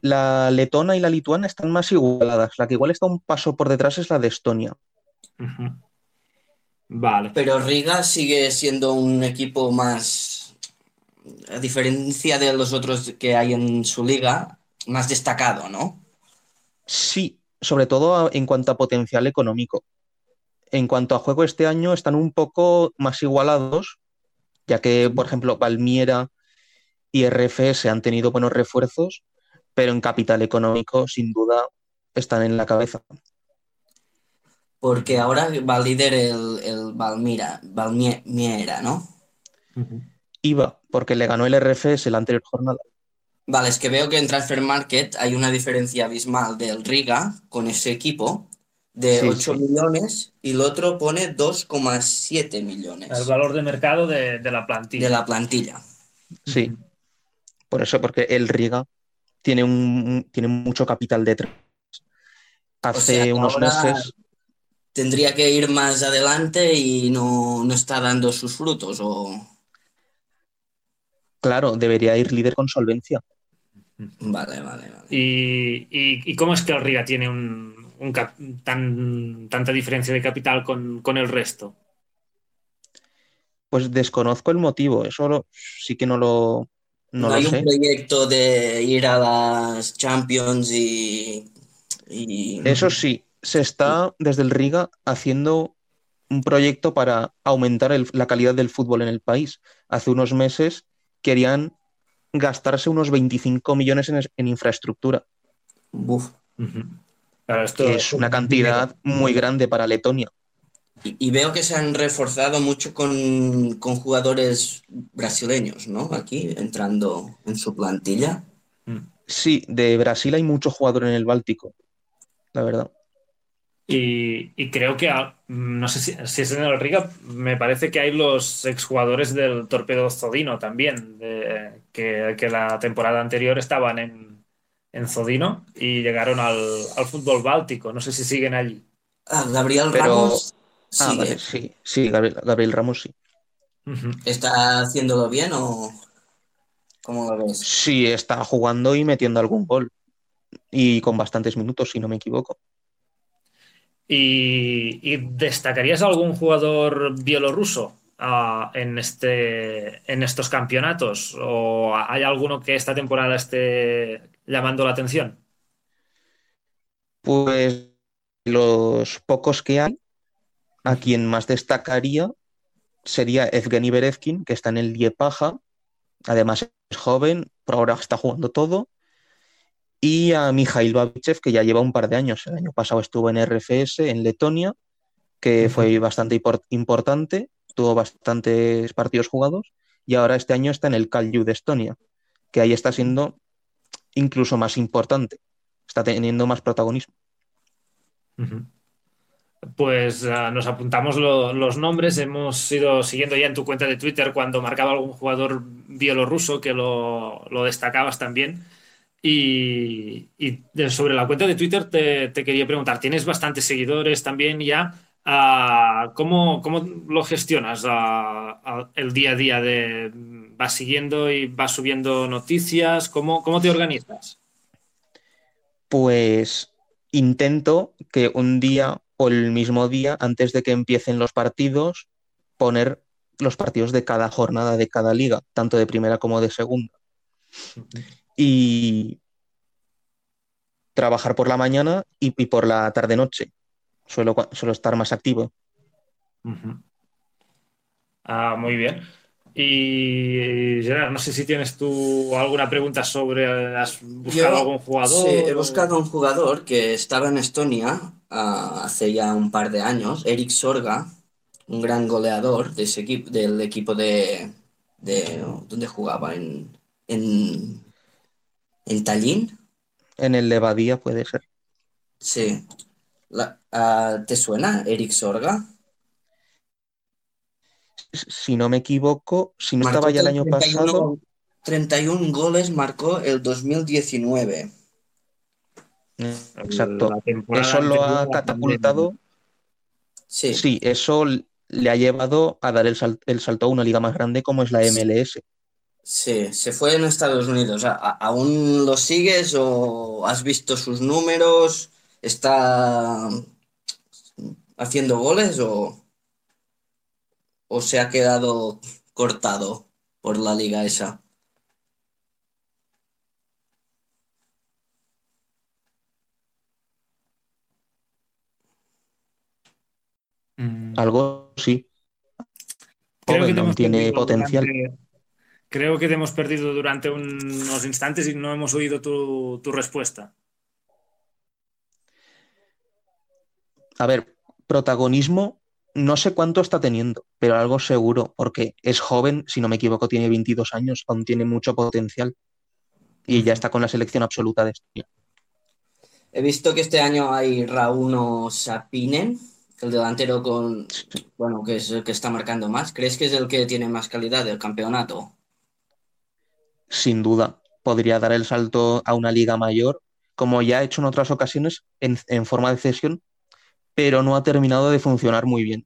C: La letona y la lituana están más igualadas. La que igual está un paso por detrás es la de Estonia.
A: Uh -huh. Vale.
D: Pero Riga sigue siendo un equipo más a diferencia de los otros que hay en su liga, más destacado, ¿no?
C: Sí, sobre todo en cuanto a potencial económico. En cuanto a juego este año están un poco más igualados, ya que, por ejemplo, Valmiera y RFS han tenido buenos refuerzos, pero en capital económico, sin duda, están en la cabeza.
D: Porque ahora va líder el, el Valmira, Valmiera, ¿no?
C: Uh -huh iba, porque le ganó el RFS la anterior jornada.
D: Vale, es que veo que en Transfer Market hay una diferencia abismal del Riga con ese equipo de sí, 8 sí. millones y el otro pone 2,7 millones.
A: El valor de mercado de, de, la plantilla.
D: De la plantilla.
C: Sí. Por eso, porque el Riga tiene, un, tiene mucho capital detrás. Hace o sea, unos meses.
D: Tendría que ir más adelante y no, no está dando sus frutos o.
C: Claro, debería ir líder con solvencia.
D: Vale, vale, vale.
A: ¿Y, y, y cómo es que el Riga tiene un, un cap, tan, tanta diferencia de capital con, con, el resto?
C: Pues desconozco el motivo, eso lo, sí que no lo, no, no lo
D: hay
C: sé.
D: un proyecto de ir a las Champions y, y...
C: Eso sí, se está desde el Riga haciendo un proyecto para aumentar el, la calidad del fútbol en el país. Hace unos meses querían gastarse unos 25 millones en, en infraestructura.
D: Uf.
A: Uh -huh. Ahora,
C: esto que es una cantidad muy grande para Letonia.
D: Y, y veo que se han reforzado mucho con, con, jugadores brasileños, ¿no? Aquí entrando en su plantilla.
C: Sí, de Brasil hay mucho jugador en el Báltico, la verdad.
A: Y, y creo que, no sé si, si, es en el Riga, me parece que hay los exjugadores del Torpedo Zodino también, de, que, que, la temporada anterior estaban en, en Zodino y llegaron al, al, fútbol báltico. No sé si siguen allí.
D: Ah, Gabriel Pero... Ramos.
C: Ah, vale, sí, sí, Gabriel, Gabriel Ramos sí.
D: Uh -huh. ¿Está haciéndolo bien o cómo lo ves?
C: Sí, está jugando y metiendo algún gol. Y con bastantes minutos, si no me equivoco.
A: ¿Y, ¿Y, destacarías algún jugador bielorruso uh, en, este, en estos campeonatos? ¿O hay alguno que esta temporada esté llamando la atención?
C: Pues los pocos que hay, a quien más destacaría sería Evgeny Berezkin, que está en el Liepaja. Además es joven, por ahora está jugando todo y a Mijail Babichev, que ya lleva un par de años. El año pasado estuvo en RFS en Letonia, que uh -huh. fue bastante importante, tuvo bastantes partidos jugados, y ahora este año está en el Kalju de Estonia, que ahí está siendo incluso más importante, está teniendo más protagonismo.
A: Uh -huh. Pues uh, nos apuntamos lo, los nombres, hemos ido siguiendo ya en tu cuenta de Twitter cuando marcaba algún jugador bielorruso que lo, lo destacabas también. Y, y, sobre la cuenta de Twitter te, te, quería preguntar, tienes bastantes seguidores también ya. Uh, ¿cómo, ¿cómo, lo gestionas uh, uh, el día a día? De, ¿Vas siguiendo y vas subiendo noticias? ¿Cómo, cómo te organizas?
C: Pues intento que un día o el mismo día, antes de que empiecen los partidos, poner los partidos de cada jornada de cada liga, tanto de primera como de segunda. -huh y trabajar por la mañana y, y por la tarde-noche. Suelo, suelo, estar más activo.
A: Uh -huh. ah, muy bien. Y Gerard, no sé si tienes tú alguna pregunta sobre, ¿has buscado Yo, algún jugador?
D: Sí, he buscado un jugador que estaba en Estonia uh, hace ya un par de años, Eric Sorga, un gran goleador de ese equipo, del equipo de, de donde jugaba en, en ¿En Tallinn?
C: En el Levadía puede ser.
D: ah, Sí. La, uh, ¿Te suena Eric Sorga?
C: si no me equivoco, si no estaba ya el año
D: 31
C: pasado,
D: 31 goles marcó el 2019.
C: exacto.
A: La temporada
C: Eso lo
A: anterior a
C: ha
A: la
C: catapultado.
D: Sí,
C: Sí, eso l- le ha llevado a dar el, sal- el salto a una liga más grande como es la MLS.
D: sí, se fue en Estados Unidos. A- a- ¿Aún lo sigues o has visto sus números? ¿Está haciendo goles o, o se ha quedado cortado por la liga esa?
A: pandemia. Mm.
C: Algo sí.
A: Creo que
C: Joven,
A: te
C: aún
A: hemos
C: tiene
A: perdido
C: potencial.
A: durante- creo que te hemos perdido durante un- unos instantes y no hemos oído tu, tu respuesta.
C: A ver, protagonismo no sé cuánto está teniendo, pero algo seguro, porque es joven, si no me equivoco, tiene 22 años, aún tiene mucho potencial y ya está con la selección absoluta de Estonia.
D: He visto que este año hay Rauno Sapinen, el delantero con, bueno, que es el que está marcando más. ¿Crees que es el que tiene más calidad del campeonato?
C: Sin duda, podría dar el salto a una liga mayor, como ya ha hecho en otras ocasiones en, en forma de cesión, pero no ha terminado de funcionar muy bien.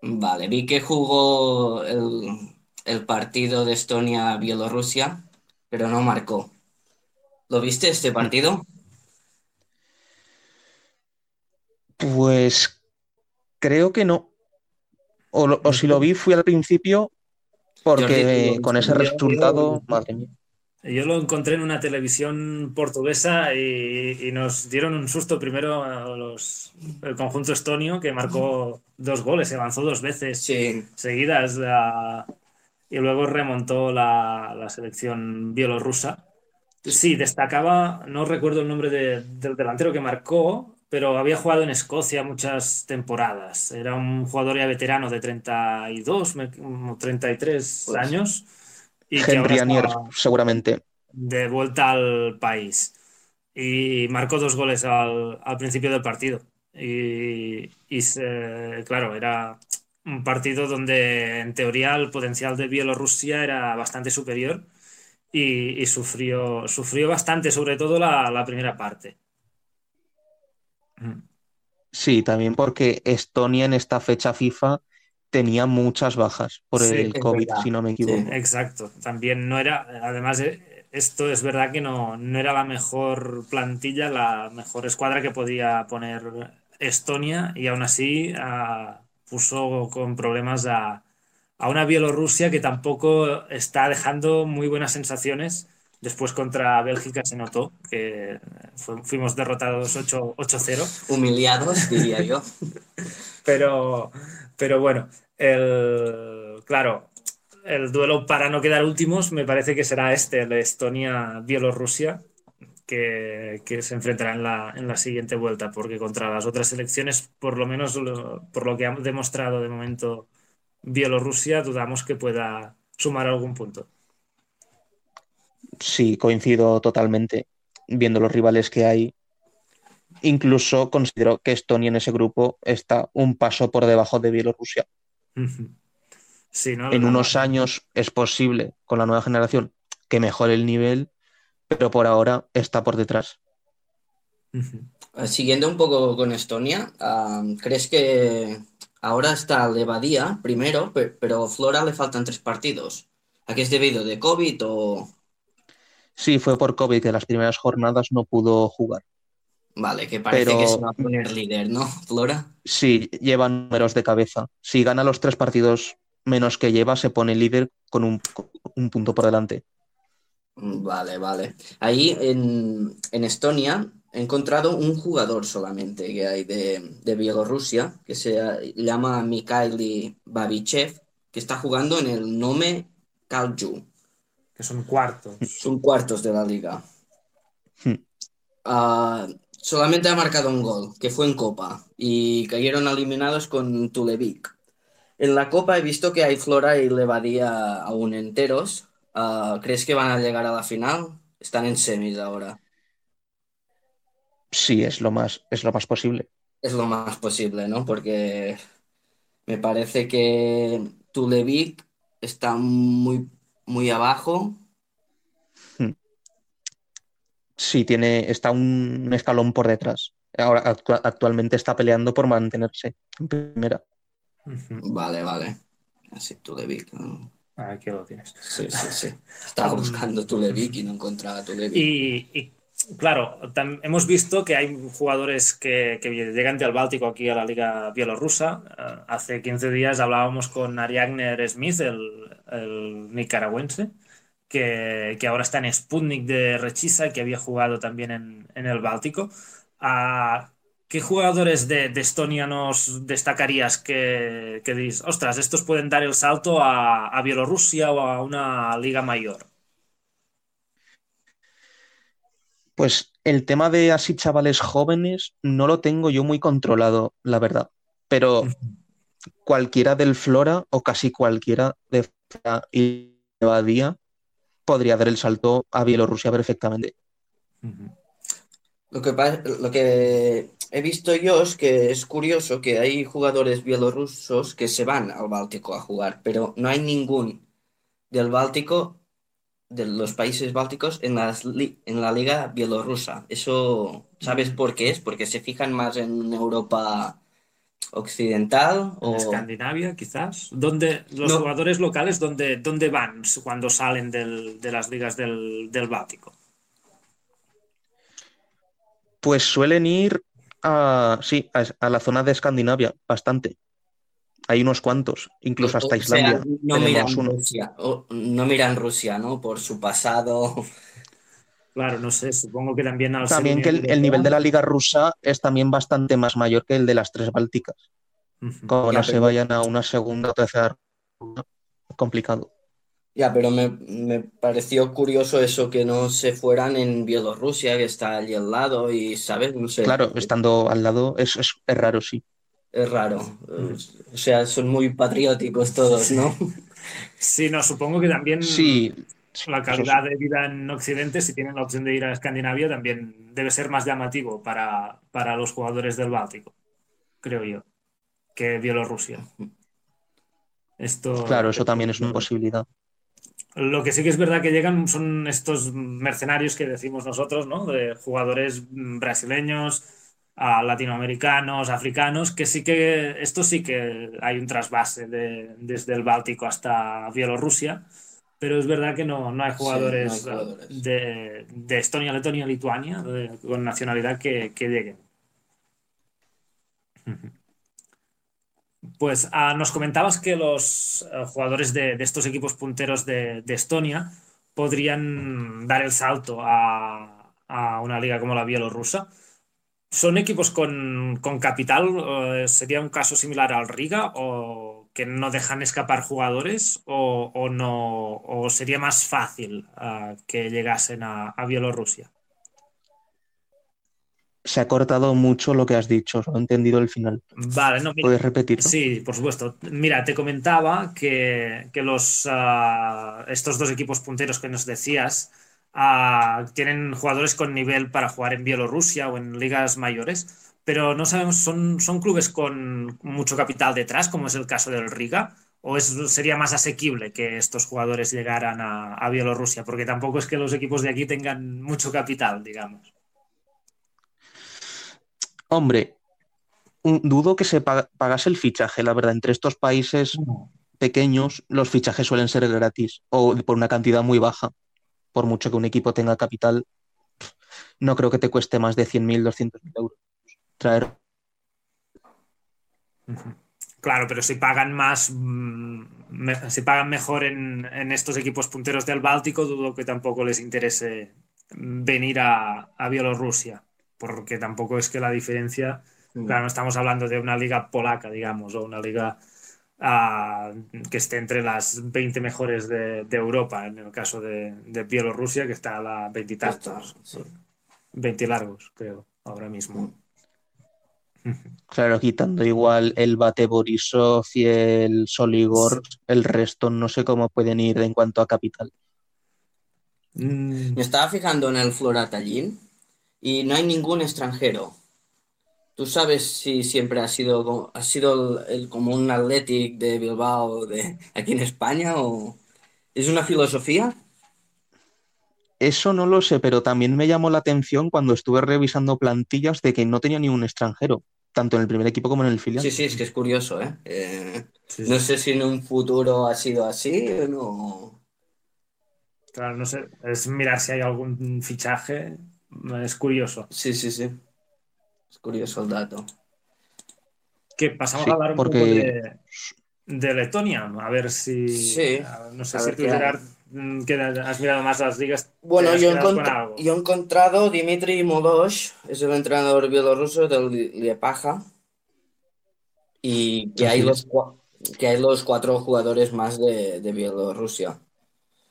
D: Vale, vi que jugó el, el partido de Estonia-Bielorrusia, pero no marcó. ¿Lo viste este partido?
C: Pues creo que no. O, lo- o si lo vi, fui al principio, porque
D: Jordi,
C: con ese
D: yo- yo-
C: resultado, madre mía.
A: Yo lo encontré en una televisión portuguesa y, y nos dieron un susto primero a los, el conjunto estonio que marcó dos goles, se avanzó dos veces
D: Sí,
A: seguidas ah, y luego remontó la, la selección bielorrusa. Sí, destacaba, no recuerdo el nombre de- del delantero que marcó, pero había jugado en Escocia muchas temporadas. Era un jugador ya veterano de 32, me- o 33
D: Pues,
A: años. Y que ahora
C: Henry Anier,
A: estaba-
C: seguramente.
A: de vuelta al país y marcó dos goles al, al principio del partido. Y, y se- claro, era un partido donde en teoría el potencial de Bielorrusia era bastante superior y, y sufrió, sufrió bastante, sobre todo la, la primera parte.
C: Sí, también porque Estonia en esta fecha FIFA tenía muchas bajas por
A: Sí,
C: el
D: es
C: COVID,
D: verdad.
C: si no me equivoco.
A: Exacto, también no era, además eh, esto es verdad que no, no era la mejor plantilla, la mejor escuadra que podía poner Estonia y aún así ah, puso con problemas a, a una Bielorrusia que tampoco está dejando muy buenas sensaciones. Después contra Bélgica se notó que fu- fuimos derrotados 8 8-0.
D: humillados, diría yo.
A: Pero, pero bueno, el, claro, el duelo para no quedar últimos me parece que será este, el de Estonia-Bielorrusia, que, que se enfrentará en la, en la siguiente vuelta, porque contra las otras selecciones, por lo menos lo- por lo que ha demostrado de momento Bielorrusia, dudamos que pueda sumar algún punto.
C: Sí, coincido totalmente, viendo los rivales que hay. Incluso considero que Estonia en ese grupo está un paso por debajo de Bielorrusia.
A: Sí, ¿no?
C: En
A: La-
C: unos años es posible, con la nueva generación, que mejore el nivel, pero por ahora está por detrás.
D: Eh, Siguiendo un poco con Estonia, am, ¿crees que ahora está Levadía primero, pe- pero Flora le faltan tres partidos? ¿A qué es debido? ¿De COVID o...?
C: Sí, fue por COVID que las primeras jornadas no pudo jugar.
D: Vale, que parece
C: Pero-
D: que se va a poner líder, ¿no? Flora.
C: Sí, lleva números de cabeza. Si gana los tres partidos menos que lleva, se pone líder con un, con un punto por delante.
D: Mm, Vale, vale. Ahí en, en Estonia he encontrado un jugador solamente que hay de, de Bielorrusia, que se eh, llama Mikhaili Babichev, que está jugando en el Nome Kalju.
A: que son cuartos.
D: Son cuartos de la liga.
C: Hmm.
D: Ah, solamente ha marcado un gol, que fue en Copa, y cayeron eliminados con Tulevic. En la Copa he visto que hay Flora y Levadía aún enteros. Ah, ¿crees que van a llegar a la final? Están en semis ahora.
C: Sí, es lo más, es lo más posible.
D: Es lo más posible, ¿no? Porque me parece que Stulevic está muy, muy abajo.
C: Sí, tiene, está un escalón por detrás. Ahora actua- actualmente está peleando por mantenerse en primera.
A: Ujú.
D: Vale, vale. Así Tulevic. ¿no?
A: Ah, Aquí lo tienes.
D: Sí, sí, sí. Estaba buscando Tulevic Mm. y no encontraba Tulevic.
A: Y, y, claro, tam- hemos visto que hay jugadores que, que llegan del Báltico aquí a la Liga Bielorrusa. Eh, hace 15 días hablábamos con Ariagner Smith, el, el nicaragüense, que, que ahora está en Sputnik de Rechisa, que había jugado también en, en el Báltico. Ah, ¿Qué jugadores de, de Estonia nos destacarías que, que dices, ostras, estos pueden dar el salto a, a Bielorrusia o a una liga mayor?
C: Pues el tema de así chavales jóvenes no lo tengo yo muy controlado, la verdad. Pero cualquiera del Flora o casi cualquiera de Flora y Badía podría dar el salto a Bielorrusia perfectamente.
D: Lo que, pa- lo que he visto yo es que es curioso que hay jugadores bielorrusos que se van al Báltico a jugar, pero no hay ningún del Báltico, de los países bálticos, en, las li- en la liga bielorrusa. Eso, ¿sabes por qué es? Porque se fijan más en Europa Occidental
A: En
D: o...
A: Escandinavia, quizás. ¿Dónde, los
D: No.
A: jugadores locales, ¿dónde, dónde van cuando salen del- de las ligas del, del Báltico?
C: Pues suelen ir a, sí, a, a la zona de Escandinavia, bastante. Hay unos cuantos, incluso hasta
D: O sea,
C: Islandia.
D: no miran
C: tenemos uno.
D: Rusia, o- no miran Rusia, ¿no? Por su pasado.
A: Claro, no sé, supongo que también al ser
C: También que el,
A: Unión
C: el nivel de
A: Europea-
C: la liga rusa es también bastante más mayor que el de las tres bálticas.
A: Ujú.
C: Como
D: Ya,
C: ahora se
D: pero-
C: vayan a una segunda o tercera ronda, complicado.
D: Ya, pero me, me pareció curioso eso que no se fueran en Bielorrusia, que está allí al lado, y, ¿sabes? No sé,
C: Claro, estando al lado es, es, es raro, sí.
D: es raro.
A: Mm.
D: O sea, son muy patrióticos todos, ¿no?
A: Sí, no, supongo que también
C: Sí,
A: Mm, la calidad de vida en Occidente, si tienen la opción de ir a Escandinavia, también debe ser más llamativo para, para los jugadores del Báltico, creo yo, que Bielorrusia. Esto,
C: claro, eso también es una posibilidad.
A: Lo que sí que es verdad que llegan son estos mercenarios que decimos nosotros, ¿no? De jugadores mm, brasileños, a latinoamericanos, africanos, que sí que, esto sí que hay un trasvase de- desde el Báltico hasta Bielorrusia, pero es verdad que no, no hay
D: Sí, no hay
A: jugadores, eh,
D: jugadores.
A: De, de Estonia, Letonia, Lituania de- con nacionalidad que, que lleguen. Ujú. Pues ah, nos comentabas que los eh, jugadores de, de estos equipos punteros de, de Estonia podrían dar el salto a, a una liga como la bielorrusa. ¿Son equipos con, con capital? Eh, ¿Sería un caso similar al Riga o que no dejan escapar jugadores o, o no? ¿O sería más fácil ah, que llegasen a, a Bielorrusia?
C: Se ha cortado mucho lo que has dicho, no he entendido el final.
A: Vale, no, mira,
C: ¿Puedes repetirlo?
A: Sí, por supuesto. Mira, te comentaba que, que los, ah, estos dos equipos punteros que nos decías ah, tienen jugadores con nivel para jugar en Bielorrusia o en ligas mayores, pero no sabemos, ¿son, son clubes con mucho capital detrás, como es el caso del Riga? ¿O es, sería más asequible que estos jugadores llegaran a, a Bielorrusia? Porque tampoco es que los equipos de aquí tengan mucho capital, digamos.
C: Hombre, un- dudo que se pa- pagase el fichaje, la verdad. Entre estos países pequeños, los fichajes suelen ser gratis o por una cantidad muy baja. Por mucho que un equipo tenga capital, pff, no creo que te cueste más de 100.000, 200.000 euros traer
A: Claro, pero si pagan más, mm, me- si pagan mejor en, en estos equipos punteros del Báltico, dudo que tampoco les interese mm, venir a, a Bielorrusia, porque tampoco es que la diferencia, claro, no estamos hablando de una liga polaca, digamos, o una liga ah, que esté entre las 20 mejores de, de Europa, en el caso de, de Bielorrusia, que está a la 20 y
D: Ya
A: tantos,
D: está, sí.
A: 20 largos, creo, ahora mismo.
C: Claro, quitando igual el Bate Borisov y el Soligor, el resto no sé cómo pueden ir en cuanto a capital.
A: Mm,
D: Mm. Me estaba fijando en el Flora Tallinn y no hay ningún extranjero. ¿Tú sabes si siempre ha sido, ha sido el, el- como un Athletic de Bilbao de, aquí en España o es una filosofía?
C: Eso no lo sé, pero también me llamó la atención cuando estuve revisando plantillas de que no tenía ni un extranjero, tanto en el primer equipo como en el filial.
D: Sí, sí, es que es curioso, ¿eh? Eh,
A: Sí, sí.
D: no sé si en un futuro ha sido así o no.
A: Claro, no sé. Es mirar si hay algún fichaje. Es curioso.
D: Sí, sí, sí. Es curioso el dato.
A: Que pasamos
C: Sí,
A: a hablar un
C: porque-
A: poco de, de Letonia. A ver si.
D: Sí,
A: a- no sé
D: a
A: si
D: ver
A: tú,
D: qué hay.
A: Gerard, mm, que has mirado más las ligas.
D: Bueno,
A: te has
D: yo,
A: quedado con
D: encontr-
A: algo.
D: yo he encontrado Dimitri Modosh, es el entrenador bielorruso del Li- Liepaja, y que hay, los, cua- que hay los cuatro jugadores más de, de Bielorrusia.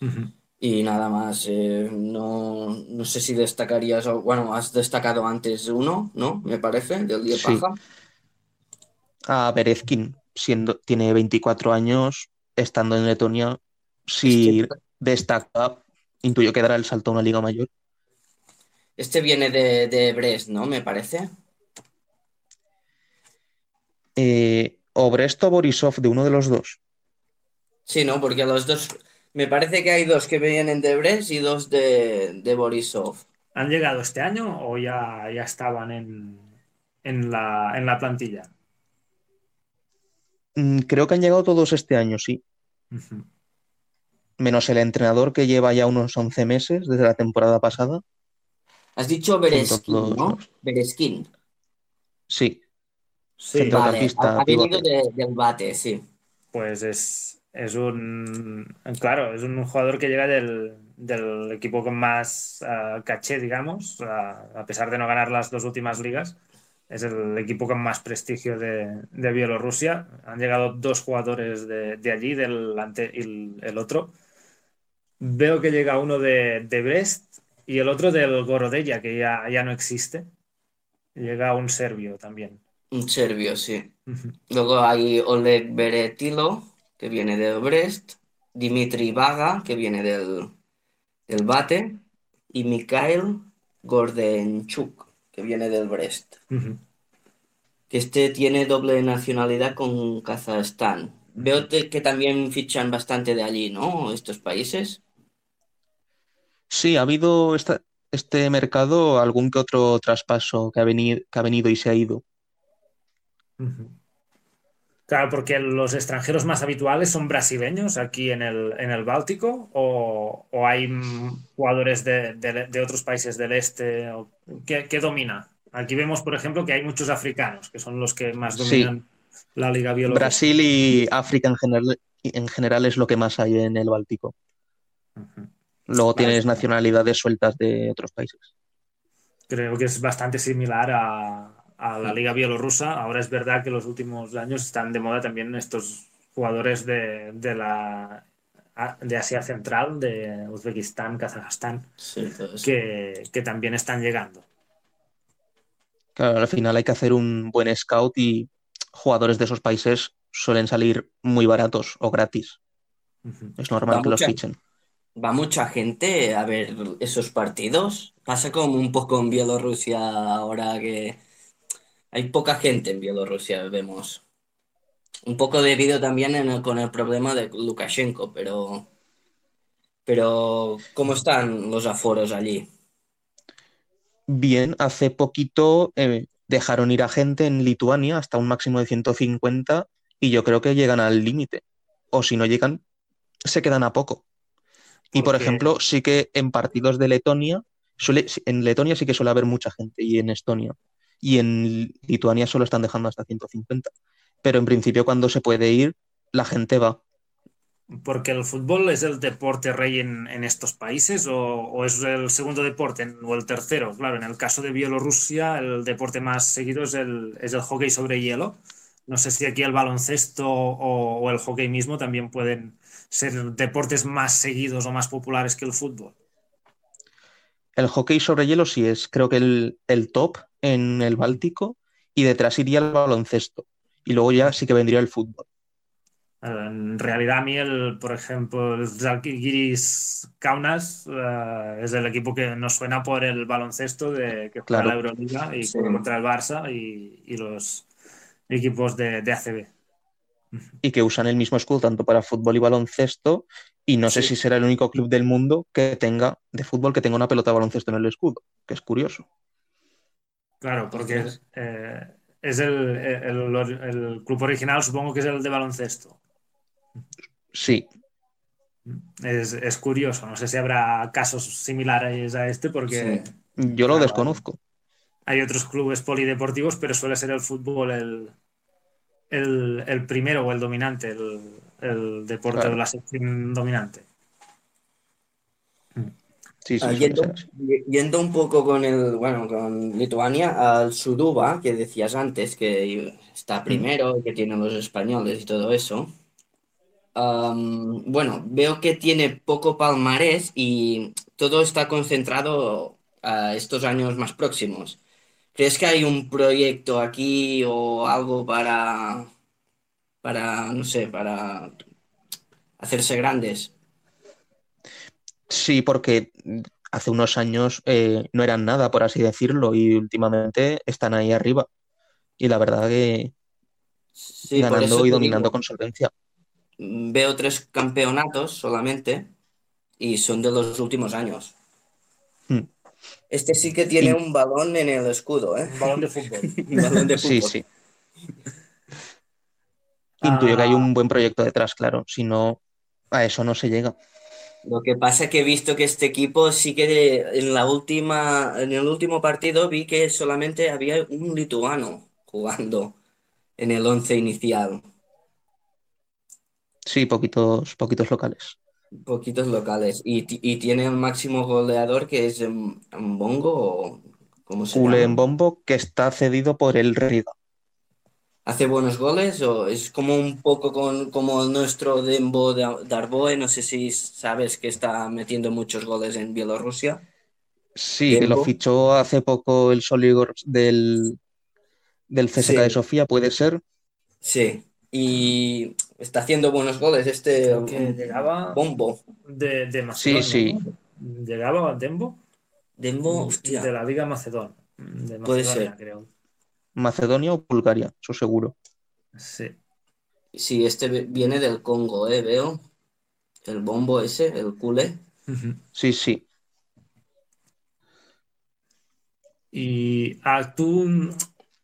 A: Ujú.
D: Y nada más, eh, no, no sé si destacarías, o- bueno, has destacado antes uno, ¿no? Me parece, del Liepaja.
C: A Berezkin, siendo, tiene 24 años, estando en Letonia, si
D: Es que-
C: destaca, intuyo que dará el salto a una liga mayor.
D: Este viene de, de Brest, ¿no? Me parece.
C: Eh, o Brest o Borisov, de uno de los dos.
D: Sí, ¿no? Porque los dos, me parece que hay dos que vienen de Brest y dos de, de Borisov.
A: ¿Han llegado este año o ya, ya estaban en, en la, en la plantilla?
C: Mm, Creo que han llegado todos este año, sí,
A: Ujú.
C: menos el entrenador que lleva ya unos 11 meses desde la temporada pasada.
D: Has dicho
C: Son
D: Bereskin,
C: todos
D: ¿no?
C: los-
D: Bereskin.
C: Sí,
A: Sí,
C: Central.
D: Vale,
C: Centrocampista,
D: ha, ha venido
C: pivote.
D: de- del bate, sí.
A: pues es, es un. Claro, es un jugador que llega del, del equipo con más eh, caché, digamos, a, a pesar de no ganar las dos últimas ligas. Es el equipo con más prestigio de, de Bielorrusia. Han llegado dos jugadores de, de allí, del ante- el, el otro. Veo que llega uno de, de Brest y el otro del Gorodella, que ya, ya no existe. Llega un serbio también.
D: Un serbio, sí.
A: Ujú.
D: Luego hay Oleg Beretilo, que viene de Brest. Dimitri Vaga, que viene del, del bate. Y Mikhail Gordenchuk, que viene del Brest.
A: Ujú.
D: Que este tiene doble nacionalidad con Kazajstán. Veo te- que también fichan bastante de allí, ¿no? Estos países.
C: sí, ha habido esta- este mercado algún que otro traspaso que ha venido, que ha venido y se ha ido.
A: Ujú. Claro, porque los extranjeros más habituales son brasileños aquí en el, en el Báltico o, o hay mm, jugadores de, de- de otros países del este o- ¿qué, qué domina. Aquí vemos, por ejemplo, que hay muchos africanos, que son los que más
C: Sí.
A: dominan la liga bielorrusa.
C: Brasil y África en general, en general es lo que más hay en el Báltico.
A: Ujú.
C: Luego
A: Vale.
C: tienes nacionalidades sueltas de otros países.
A: Creo que es bastante similar a, a la liga bielorrusa. Ahora es verdad que los últimos años están de moda también estos jugadores de, de la, de Asia Central, de Uzbekistán, Kazajstán.
D: Sí, todo eso.
A: que, que también están llegando.
C: Claro, al final hay que hacer un buen scout y jugadores de esos países suelen salir muy baratos o gratis.
A: Ujú.
C: Es normal
D: Da
C: que los
D: mucha-
C: fichen.
D: Va mucha gente a ver esos partidos. Pasa como un poco en Bielorrusia ahora que hay poca gente en Bielorrusia, vemos. Un poco debido también en el- con el problema de Lukashenko, pero, pero ¿cómo están los aforos allí?
C: Bien, hace poquito eh, dejaron ir a gente en Lituania hasta un máximo de 150 y yo creo que llegan al límite. O si no llegan, se quedan a poco. Y por
A: Porque-
C: ejemplo, sí que en partidos de Letonia, suele- en Letonia sí que suele haber mucha gente y en Estonia. Y en Lituania solo están dejando hasta 150. Pero en principio cuando se puede ir, la gente va.
A: Porque el fútbol es el deporte rey en, en estos países o, o es el segundo deporte en- o el tercero. Claro, en el caso de Bielorrusia, el deporte más seguido es el, es el hockey sobre hielo. No sé si aquí el baloncesto o, o el hockey mismo también pueden ser deportes más seguidos o más populares que el fútbol.
C: El hockey sobre hielo sí es, creo que el, el top en el Báltico y detrás iría el baloncesto. Y luego ya sí que vendría el fútbol.
A: En realidad a mí, el, por ejemplo, el Zalgiris Kaunas eh, es el equipo que nos suena por el baloncesto de, que juega
C: Claro.
A: la Euroliga y
D: Sí.
A: juega contra el Barça y, y los equipos de, de ACB.
C: y que usan el mismo escudo tanto para fútbol y baloncesto. Y no sé
A: Sí.
C: si será el único club del mundo que tenga de fútbol que tenga una pelota de baloncesto en el escudo, que es curioso.
A: Claro, porque es, eh, es el, el- el- el club original, supongo que es el de baloncesto.
C: Sí,
A: Es, es curioso, no sé si habrá casos similares a este porque
D: Sí.
C: yo lo
A: Ah, vale.
C: desconozco.
A: hay otros clubes polideportivos, pero suele ser el fútbol el, el- el primero o el dominante, el, el deporte
C: Claro.
A: o la sección dominante.
C: Sí, sí,
D: Ah,
C: suele
D: yendo,
C: ser así.
D: yendo un poco con el, bueno, con Lituania, al Suduba, que decías antes, que
C: Mm.
D: está primero, que tiene los españoles y todo eso. Am, bueno, veo que tiene poco palmarés y todo está concentrado a estos años más próximos. ¿Crees que hay un proyecto aquí o algo para, para, no sé, para hacerse grandes?
C: Sí, porque hace unos años eh, no eran nada, por así decirlo, y últimamente están ahí arriba. Y la verdad que
D: Sí, por eso
C: ganando y
D: te
C: dominando
D: digo.
C: con solvencia.
D: Veo tres campeonatos solamente y son de los últimos años.
C: Hmm.
D: Este sí que tiene
C: Y-
D: un balón en el escudo, ¿eh?
A: Un balón de fútbol.
D: Un balón de
C: Sí,
D: fútbol.
C: sí. Intuyo que hay
A: Ah.
C: un buen proyecto detrás, claro. Si no, a eso no se llega.
D: Lo que pasa es que he visto que este equipo sí que de- en la última, en el último partido vi que solamente había un lituano jugando en el once inicial.
C: Sí, poquitos, poquitos locales.
D: Poquitos locales. Y, ti- y tiene el máximo goleador que es en Mbongo o ¿cómo se
C: Kule
D: llama?
C: en bombo que está cedido por el Riga.
D: ¿Hace buenos goles o es como un poco con, como nuestro Dembo Da- Darboe? No sé si sabes que está metiendo muchos goles en Bielorrusia.
C: Sí, que lo
D: Dembo.
C: fichó hace poco el Soligor del, del CSKA de
D: Sí.
C: Sofía, puede ser.
D: Sí, y está haciendo buenos goles este
A: Creo que llegaba
D: Bombo.
A: de, de
C: Sí,
A: Macedonia.
C: sí.
A: ¿no? Llegaba a Tembo
D: Dembo, hostia.
A: de la Liga Macedón. De
D: Puede
A: Macedonia,
D: ser.
A: creo.
C: Macedonia o Bulgaria, eso seguro.
A: Sí.
D: Sí, este ve- viene del Congo, eh, veo. El Bombo ese, el culé.
C: Sí, sí.
A: Y ah, tú,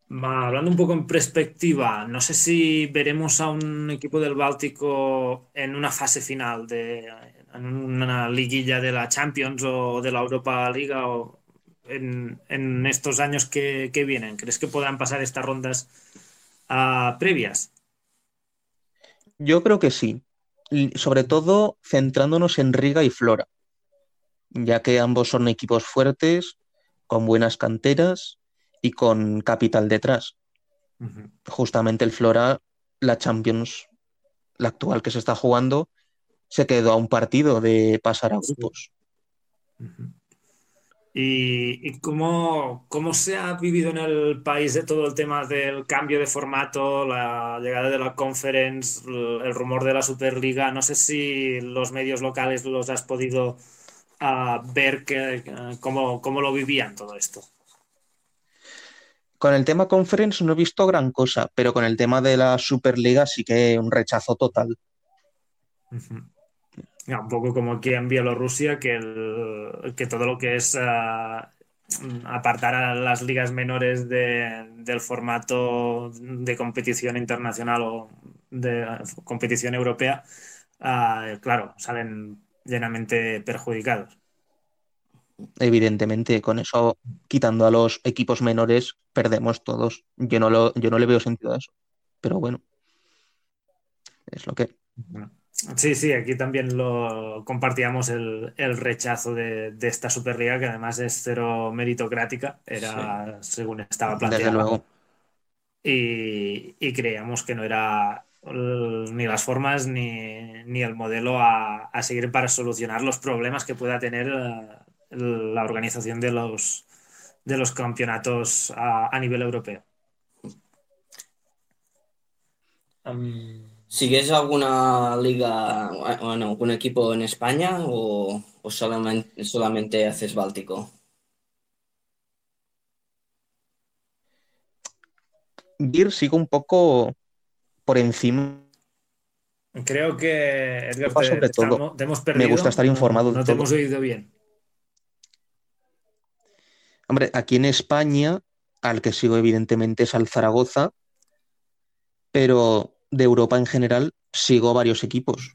A: mm, hablando un poco en perspectiva, no sé si veremos a un equipo del Báltico en una fase final, de, en una liguilla de la Champions o de la Europa Liga o en, en estos años que, que vienen. ¿Crees que podrán pasar estas rondas ah, previas?
C: Yo creo que sí. Y Sobre todo centrándonos en Riga y Flora, ya que ambos son equipos fuertes, con buenas canteras y con capital detrás. Justamente el Flora, la Champions, la actual que se está jugando, se quedó a un partido de pasar a grupos.
A: ¿Y, y cómo, cómo se ha vivido en el país de todo el tema del cambio de formato, la llegada de la conference, l- el rumor de la Superliga? No sé si los medios locales los has podido ah, ver que, eh, cómo, cómo lo vivían todo esto.
C: Con el tema Conference no he visto gran cosa, pero con el tema de la Superliga sí que un rechazo total.
A: Ya, un poco como aquí en Bielorrusia, que, el- que todo lo que es ah, apartar a las ligas menores de- del formato de competición internacional o de competición europea, ah, claro, salen llenamente perjudicados.
C: Evidentemente, con eso, quitando a los equipos menores, perdemos todos. Yo no lo, yo no le veo sentido a eso. Pero bueno, es lo que.
A: Sí, sí, aquí también lo compartíamos el, el rechazo de, de esta Superliga, que además es cero meritocrática, era según estaba
C: Desde
A: planteado.
C: luego.
A: y, eh, y creíamos que no era eh, ni las formas ni, ni el modelo a, a seguir para solucionar los problemas que pueda tener eh, la organización de los, de los campeonatos a, a nivel europeo.
D: ¿Sigues alguna liga, bueno, algún equipo en España o, o solamente, solamente haces Báltico?
C: Gear sigo un poco por encima.
A: Creo que, Edgar,
C: Opa,
A: te, te
C: sobre todo.
A: estamos- te hemos
C: Me
A: perdido.
C: gusta estar informado
A: No
C: de
A: te
C: todo.
A: hemos oído bien.
C: Hombre, aquí en España, al que sigo evidentemente es al Zaragoza, pero de Europa en general sigo varios equipos.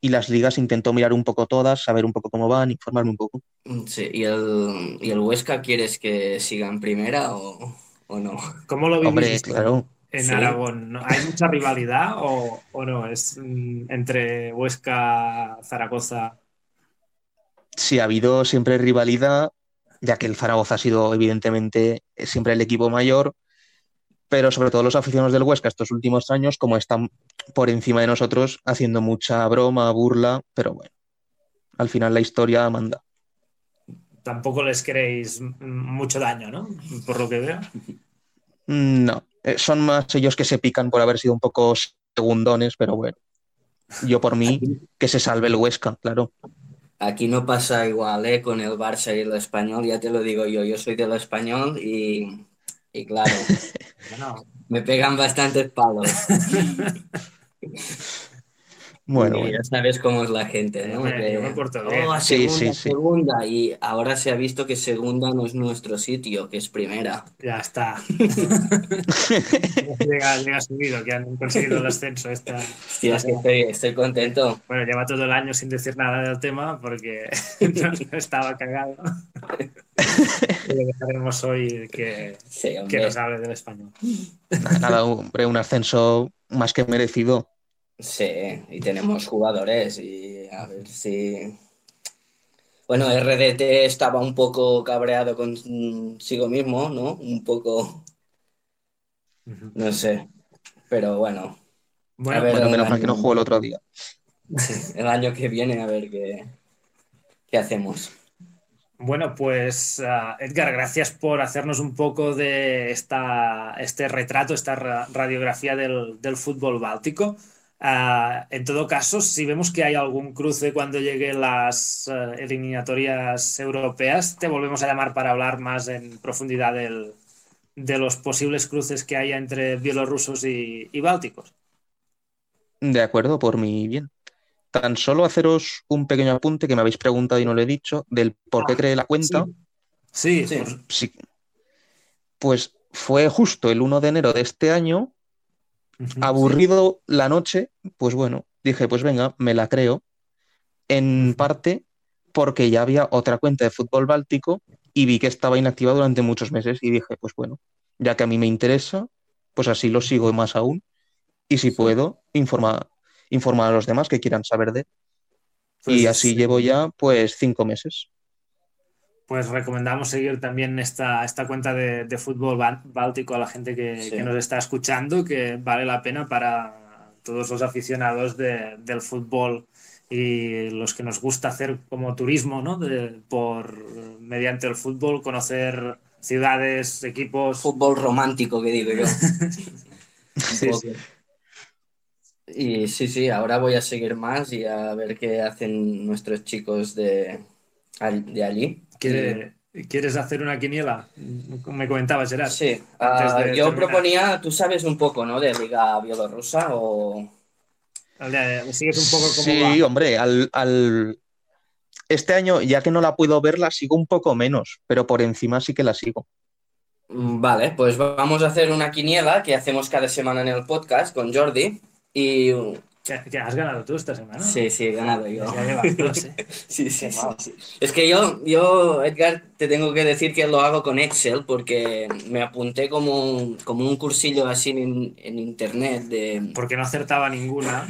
C: Y las ligas intento mirar un poco todas, saber un poco cómo van, informarme un poco.
D: Mm, Sí, ¿y el, y el Huesca quieres que siga en primera o, o no?
A: ¿Cómo lo vivís
C: Hombre,
A: esto
C: claro.
A: en
D: sí.
A: Aragón? ¿No- ¿Hay mucha rivalidad o, o no? Es mm, entre Huesca, Zaragoza.
C: Sí, ha habido siempre rivalidad, ya que el Zaragoza ha sido evidentemente siempre el equipo mayor, pero sobre todo los aficionados del Huesca estos últimos años, como están por encima de nosotros, haciendo mucha broma, burla, pero bueno, al final la historia manda.
A: Tampoco les queréis mm, mucho daño, ¿no? Por lo que veo.
C: Mm, No, eh, son más ellos que se pican por haber sido un poco segundones, pero bueno, yo por mí, que se salve el Huesca, claro.
D: Aquí no pasa igual, ¿eh? Con el Barça y el Español, ya te lo digo yo, yo soy del Español y, y claro,
A: Bueno,
D: me pegan bastantes palos.
C: Bueno,
D: Y
C: bueno.
D: ya sabes cómo es la gente, ¿no?
A: yo me, yo me
D: Que,
A: porto bien.
D: "Oh, a
C: Sí,
D: segunda,
C: sí,
D: a
C: sí.
D: segunda", y ahora se ha visto que segunda no es nuestro sitio, que es primera.
A: Ya está. llega, llega subido, que han conseguido el ascenso. Esta.
D: Hostia, es que estoy, estoy contento.
A: Bueno, lleva todo el año sin decir nada del tema porque no estaba cagado. Y lo dejaremos hoy que,
D: Sí,
A: que
D: hombre.
A: nos hable del español.
C: Nada, hombre, un ascenso más que merecido.
D: Sí, y tenemos jugadores y a ver si... Bueno, RDT estaba un poco cabreado consigo mismo, ¿no? Un poco,
A: Ujú.
D: no sé. Pero bueno,
A: Bueno,
D: A ver,
C: Bueno,
D: Pero
C: menos mal que no
D: bueno.
C: jugó el otro día.
D: el año que viene a ver qué, qué hacemos.
A: Bueno, pues ah, Edgar, gracias por hacernos un poco de esta, este retrato, esta ra- radiografía del, del fútbol báltico. Ah, en todo caso, si vemos que hay algún cruce cuando lleguen las eh, eliminatorias europeas, te volvemos a llamar para hablar más en profundidad del- de los posibles cruces que haya entre bielorrusos y, y bálticos.
C: De acuerdo, por mi bien. Tan solo haceros un pequeño apunte que me habéis preguntado y no lo he dicho, del por qué creé la cuenta.
A: Sí,
D: Sí.
A: por-
C: Sí. Pues fue justo el 1 de enero de este año,
A: Ujú.
C: aburrido la noche, pues bueno, dije, pues venga, me la creo. En
A: Ujú.
C: parte porque ya había otra cuenta de fútbol báltico y vi que estaba inactiva durante muchos meses y dije, pues bueno, ya que a mí me interesa, pues así lo sigo más aún. Y si puedo, informa- informar a los demás que quieran saber de y
A: Pues,
C: así
A: sí.
C: llevo ya pues cinco meses.
A: Pues recomendamos seguir también esta, esta cuenta de, de fútbol bá- báltico a la gente que,
D: Sí.
A: que nos está escuchando, que vale la pena para todos los aficionados de- del fútbol y los que nos gusta hacer como turismo, ¿no? De- por, mediante el fútbol, conocer ciudades, equipos.
D: Fútbol romántico que digo yo.
A: Sí, sí.
D: Y sí, sí, ahora voy a seguir más y a ver qué hacen nuestros chicos de, al- de allí.
A: ¿Quiere- Eh, ¿Quieres hacer una quiniela? Me comentaba Gerard.
D: Sí,
A: antes
D: ah,
A: de
D: yo
A: terminar.
D: proponía, tú sabes un poco, ¿no? De Liga Bielorrusa o...
A: Le- le eh, sigues un poco como
C: Sí, hombre, al, al- este año, ya que no la puedo ver, la sigo un poco menos, pero por encima sí que la sigo.
D: Mm, Vale, pues vamos a hacer una quiniela que hacemos cada semana en el podcast con Jordi y... uh,
A: Que, que has ganado tú esta semana.
D: Sí, sí, he ganado yo.
A: Ah. Ya llevas dos, ¿eh?
D: Sí, sí,
A: Qué
D: sí,
A: mal.
D: sí. Es que yo, yo, Edgar, te tengo que decir que lo hago con Excel porque me apunté como, un- como un cursillo así en, en internet de...
A: Porque no acertaba ninguna.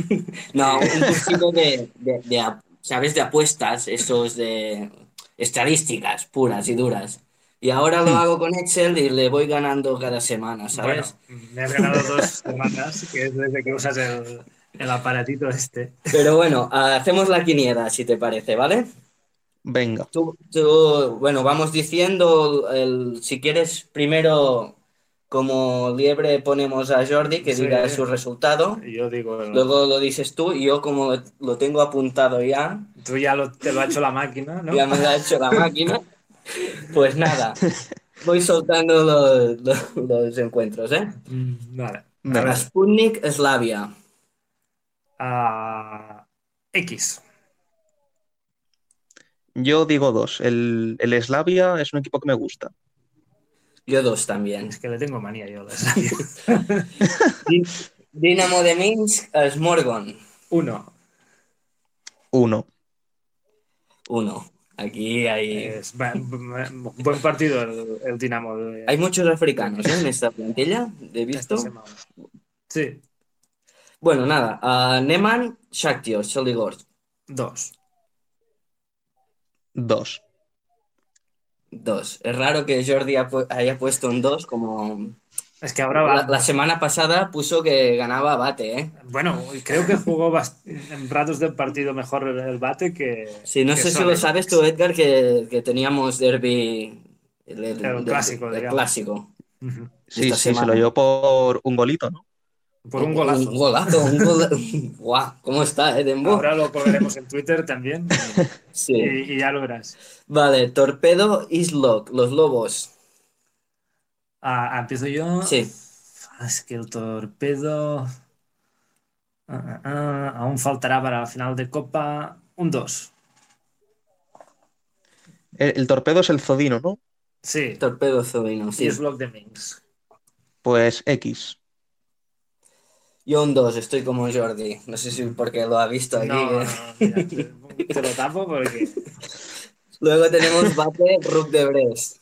D: No,
A: Eh,
D: un cursillo de, de- de ap- ¿sabes? De apuestas, esos de estadísticas puras y duras. Y ahora lo hago con Excel y le voy ganando cada semana, ¿sabes?
A: Hmm. Bueno, me has ganado dos semanas, que es desde que usas el, el aparatito este.
D: Pero bueno, ah, hacemos la quiniela, si te parece, ¿vale?
C: Venga,
D: Tú, tú, bueno, vamos diciendo, el, si quieres, primero como liebre ponemos a Jordi que
A: Sí.
D: diga su resultado.
A: Yo digo, el-
D: Luego lo dices tú y yo como lo tengo apuntado ya,
A: tú ya lo, te lo ha hecho la máquina, ¿no?
D: ya me lo ha hecho la máquina, pues nada, voy soltando los, los- los encuentros, ¿eh?
A: Mm, Vale.
C: Venga.
A: A ver,
D: Sputnik Slavia,
A: ah, X.
C: Yo digo dos. El, el Slavia es un equipo que me gusta.
D: yo dos también.
A: Es que le tengo manía yo. a las-
D: Dinamo de Minsk, Smorgon,
A: Uno.
C: Uno.
D: uno. Aquí hay...
A: Es ba- ba- buen partido el, el Dinamo. de-
D: Hay muchos africanos ¿eh? en esta plantilla, he
A: de esta
D: visto.
A: semana. Sí,
D: Bueno, nada, ah, Neman, Shakhtyor, Soligor,
A: dos.
C: Dos.
D: dos. Es raro que Jordi ha pu- haya puesto un dos como...
A: Es que ahora
D: La,
A: Ah, va-
D: la semana pasada puso que ganaba Bate, ¿eh?
A: Bueno, creo que jugó bast- en ratos del partido mejor el, el bate que.
D: Sí, no
A: que
D: sé si
A: Soler.
D: lo sabes tú, Edgar, que, que teníamos derby. El, el-
A: Claro,
D: el-
A: clásico,
D: el
A: digamos.
D: clásico.
A: Ujú.
C: Sí,
D: Esta
C: sí, se
D: semana.
C: lo llevo por un golito, ¿no?
A: Por un golazo.
D: Un golazo, un golazo. ¡Guau! ¿Cómo está, eh, Dembo?
A: Ahora lo colgaremos en Twitter también y,
D: Sí.
A: y ya lo verás.
D: Vale, Torpedo Islok, los lobos.
A: Ah, empiezo yo.
D: Sí.
A: Es que el torpedo. Ah, ah, ah, aún faltará para la final de Copa un 2.
C: El, el torpedo es el Zodino, ¿no?
A: Sí,
D: Torpedo Zovino,
A: y
D: sí.
A: es Block de Minsk.
C: Pues X.
D: Yo un 2, estoy como Jordi. No sé si porque lo ha visto aquí.
A: No,
D: eh.
A: no, mira, te, te lo tapo porque.
D: Luego tenemos Bate Rook de Brest.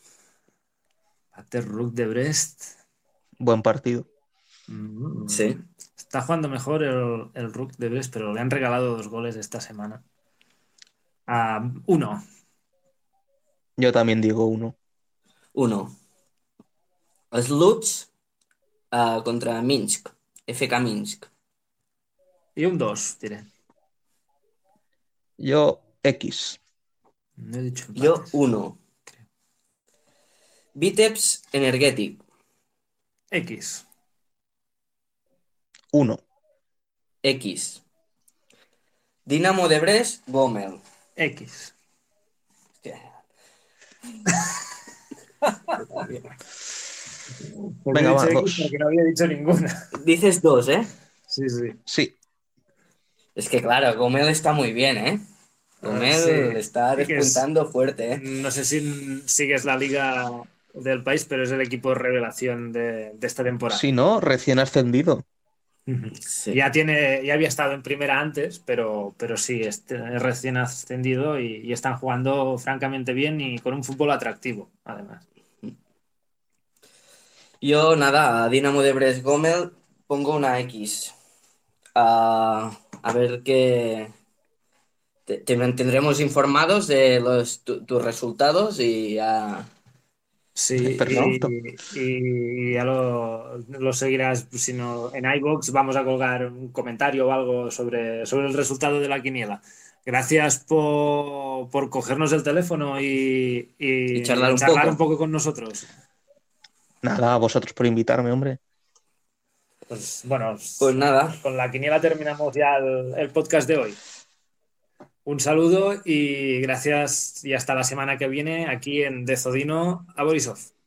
A: Bate Rook de Brest.
C: Buen partido.
A: Mm.
D: Sí.
A: Está jugando mejor el, el Rook de Brest, pero le han regalado dos goles esta semana. Ah, uno.
C: Yo también digo uno.
D: Uno. Sluts ah, contra Minsk. FK Minsk.
A: Y un 2, diré.
C: Yo X.
A: No he dicho
D: Yo
A: empates.
D: uno. Biteps Energetic.
A: X.
C: Uno.
D: X. Dinamo de Brest, Gomel.
A: X. Porque
C: Venga,
A: he
C: va,
A: dicho
C: dos.
A: X porque no había dicho ninguna.
D: Dices dos, ¿eh?
A: Sí, sí.
C: Sí.
D: Es que claro, Gomel está muy bien, ¿eh? Gomel
A: Ah, sí.
D: está
A: Sí que es-
D: despuntando fuerte, ¿eh?
A: No sé si sigues la liga del país, pero es el equipo revelación de, de esta temporada.
C: Si no, recién ascendido.
A: Ujú.
D: Sí.
A: Ya tiene, ya había estado en primera antes, pero, pero sí, este, es recién ascendido y, y están jugando francamente bien y con un fútbol atractivo, además.
D: Yo nada, a Dinamo de Brest Gomel pongo una X. Ah, a ver qué... Te, te mantendremos informados de los, tu- tus resultados y ya...
A: Sí,
C: Perfecto.
A: y, y ya lo, lo seguirás, pues, si no, en iBox vamos a colgar un comentario o algo sobre, sobre el resultado de la quiniela. Gracias por, por cogernos el teléfono y, y-
D: Y charlar un poco.
A: un poco con nosotros.
C: Nada, a vosotros por invitarme, hombre.
A: Pues, bueno,
D: Pues nada.
A: con la quiniela terminamos ya el, el podcast de hoy. Un saludo y gracias y hasta la semana que viene aquí en Dezodino a Borisov.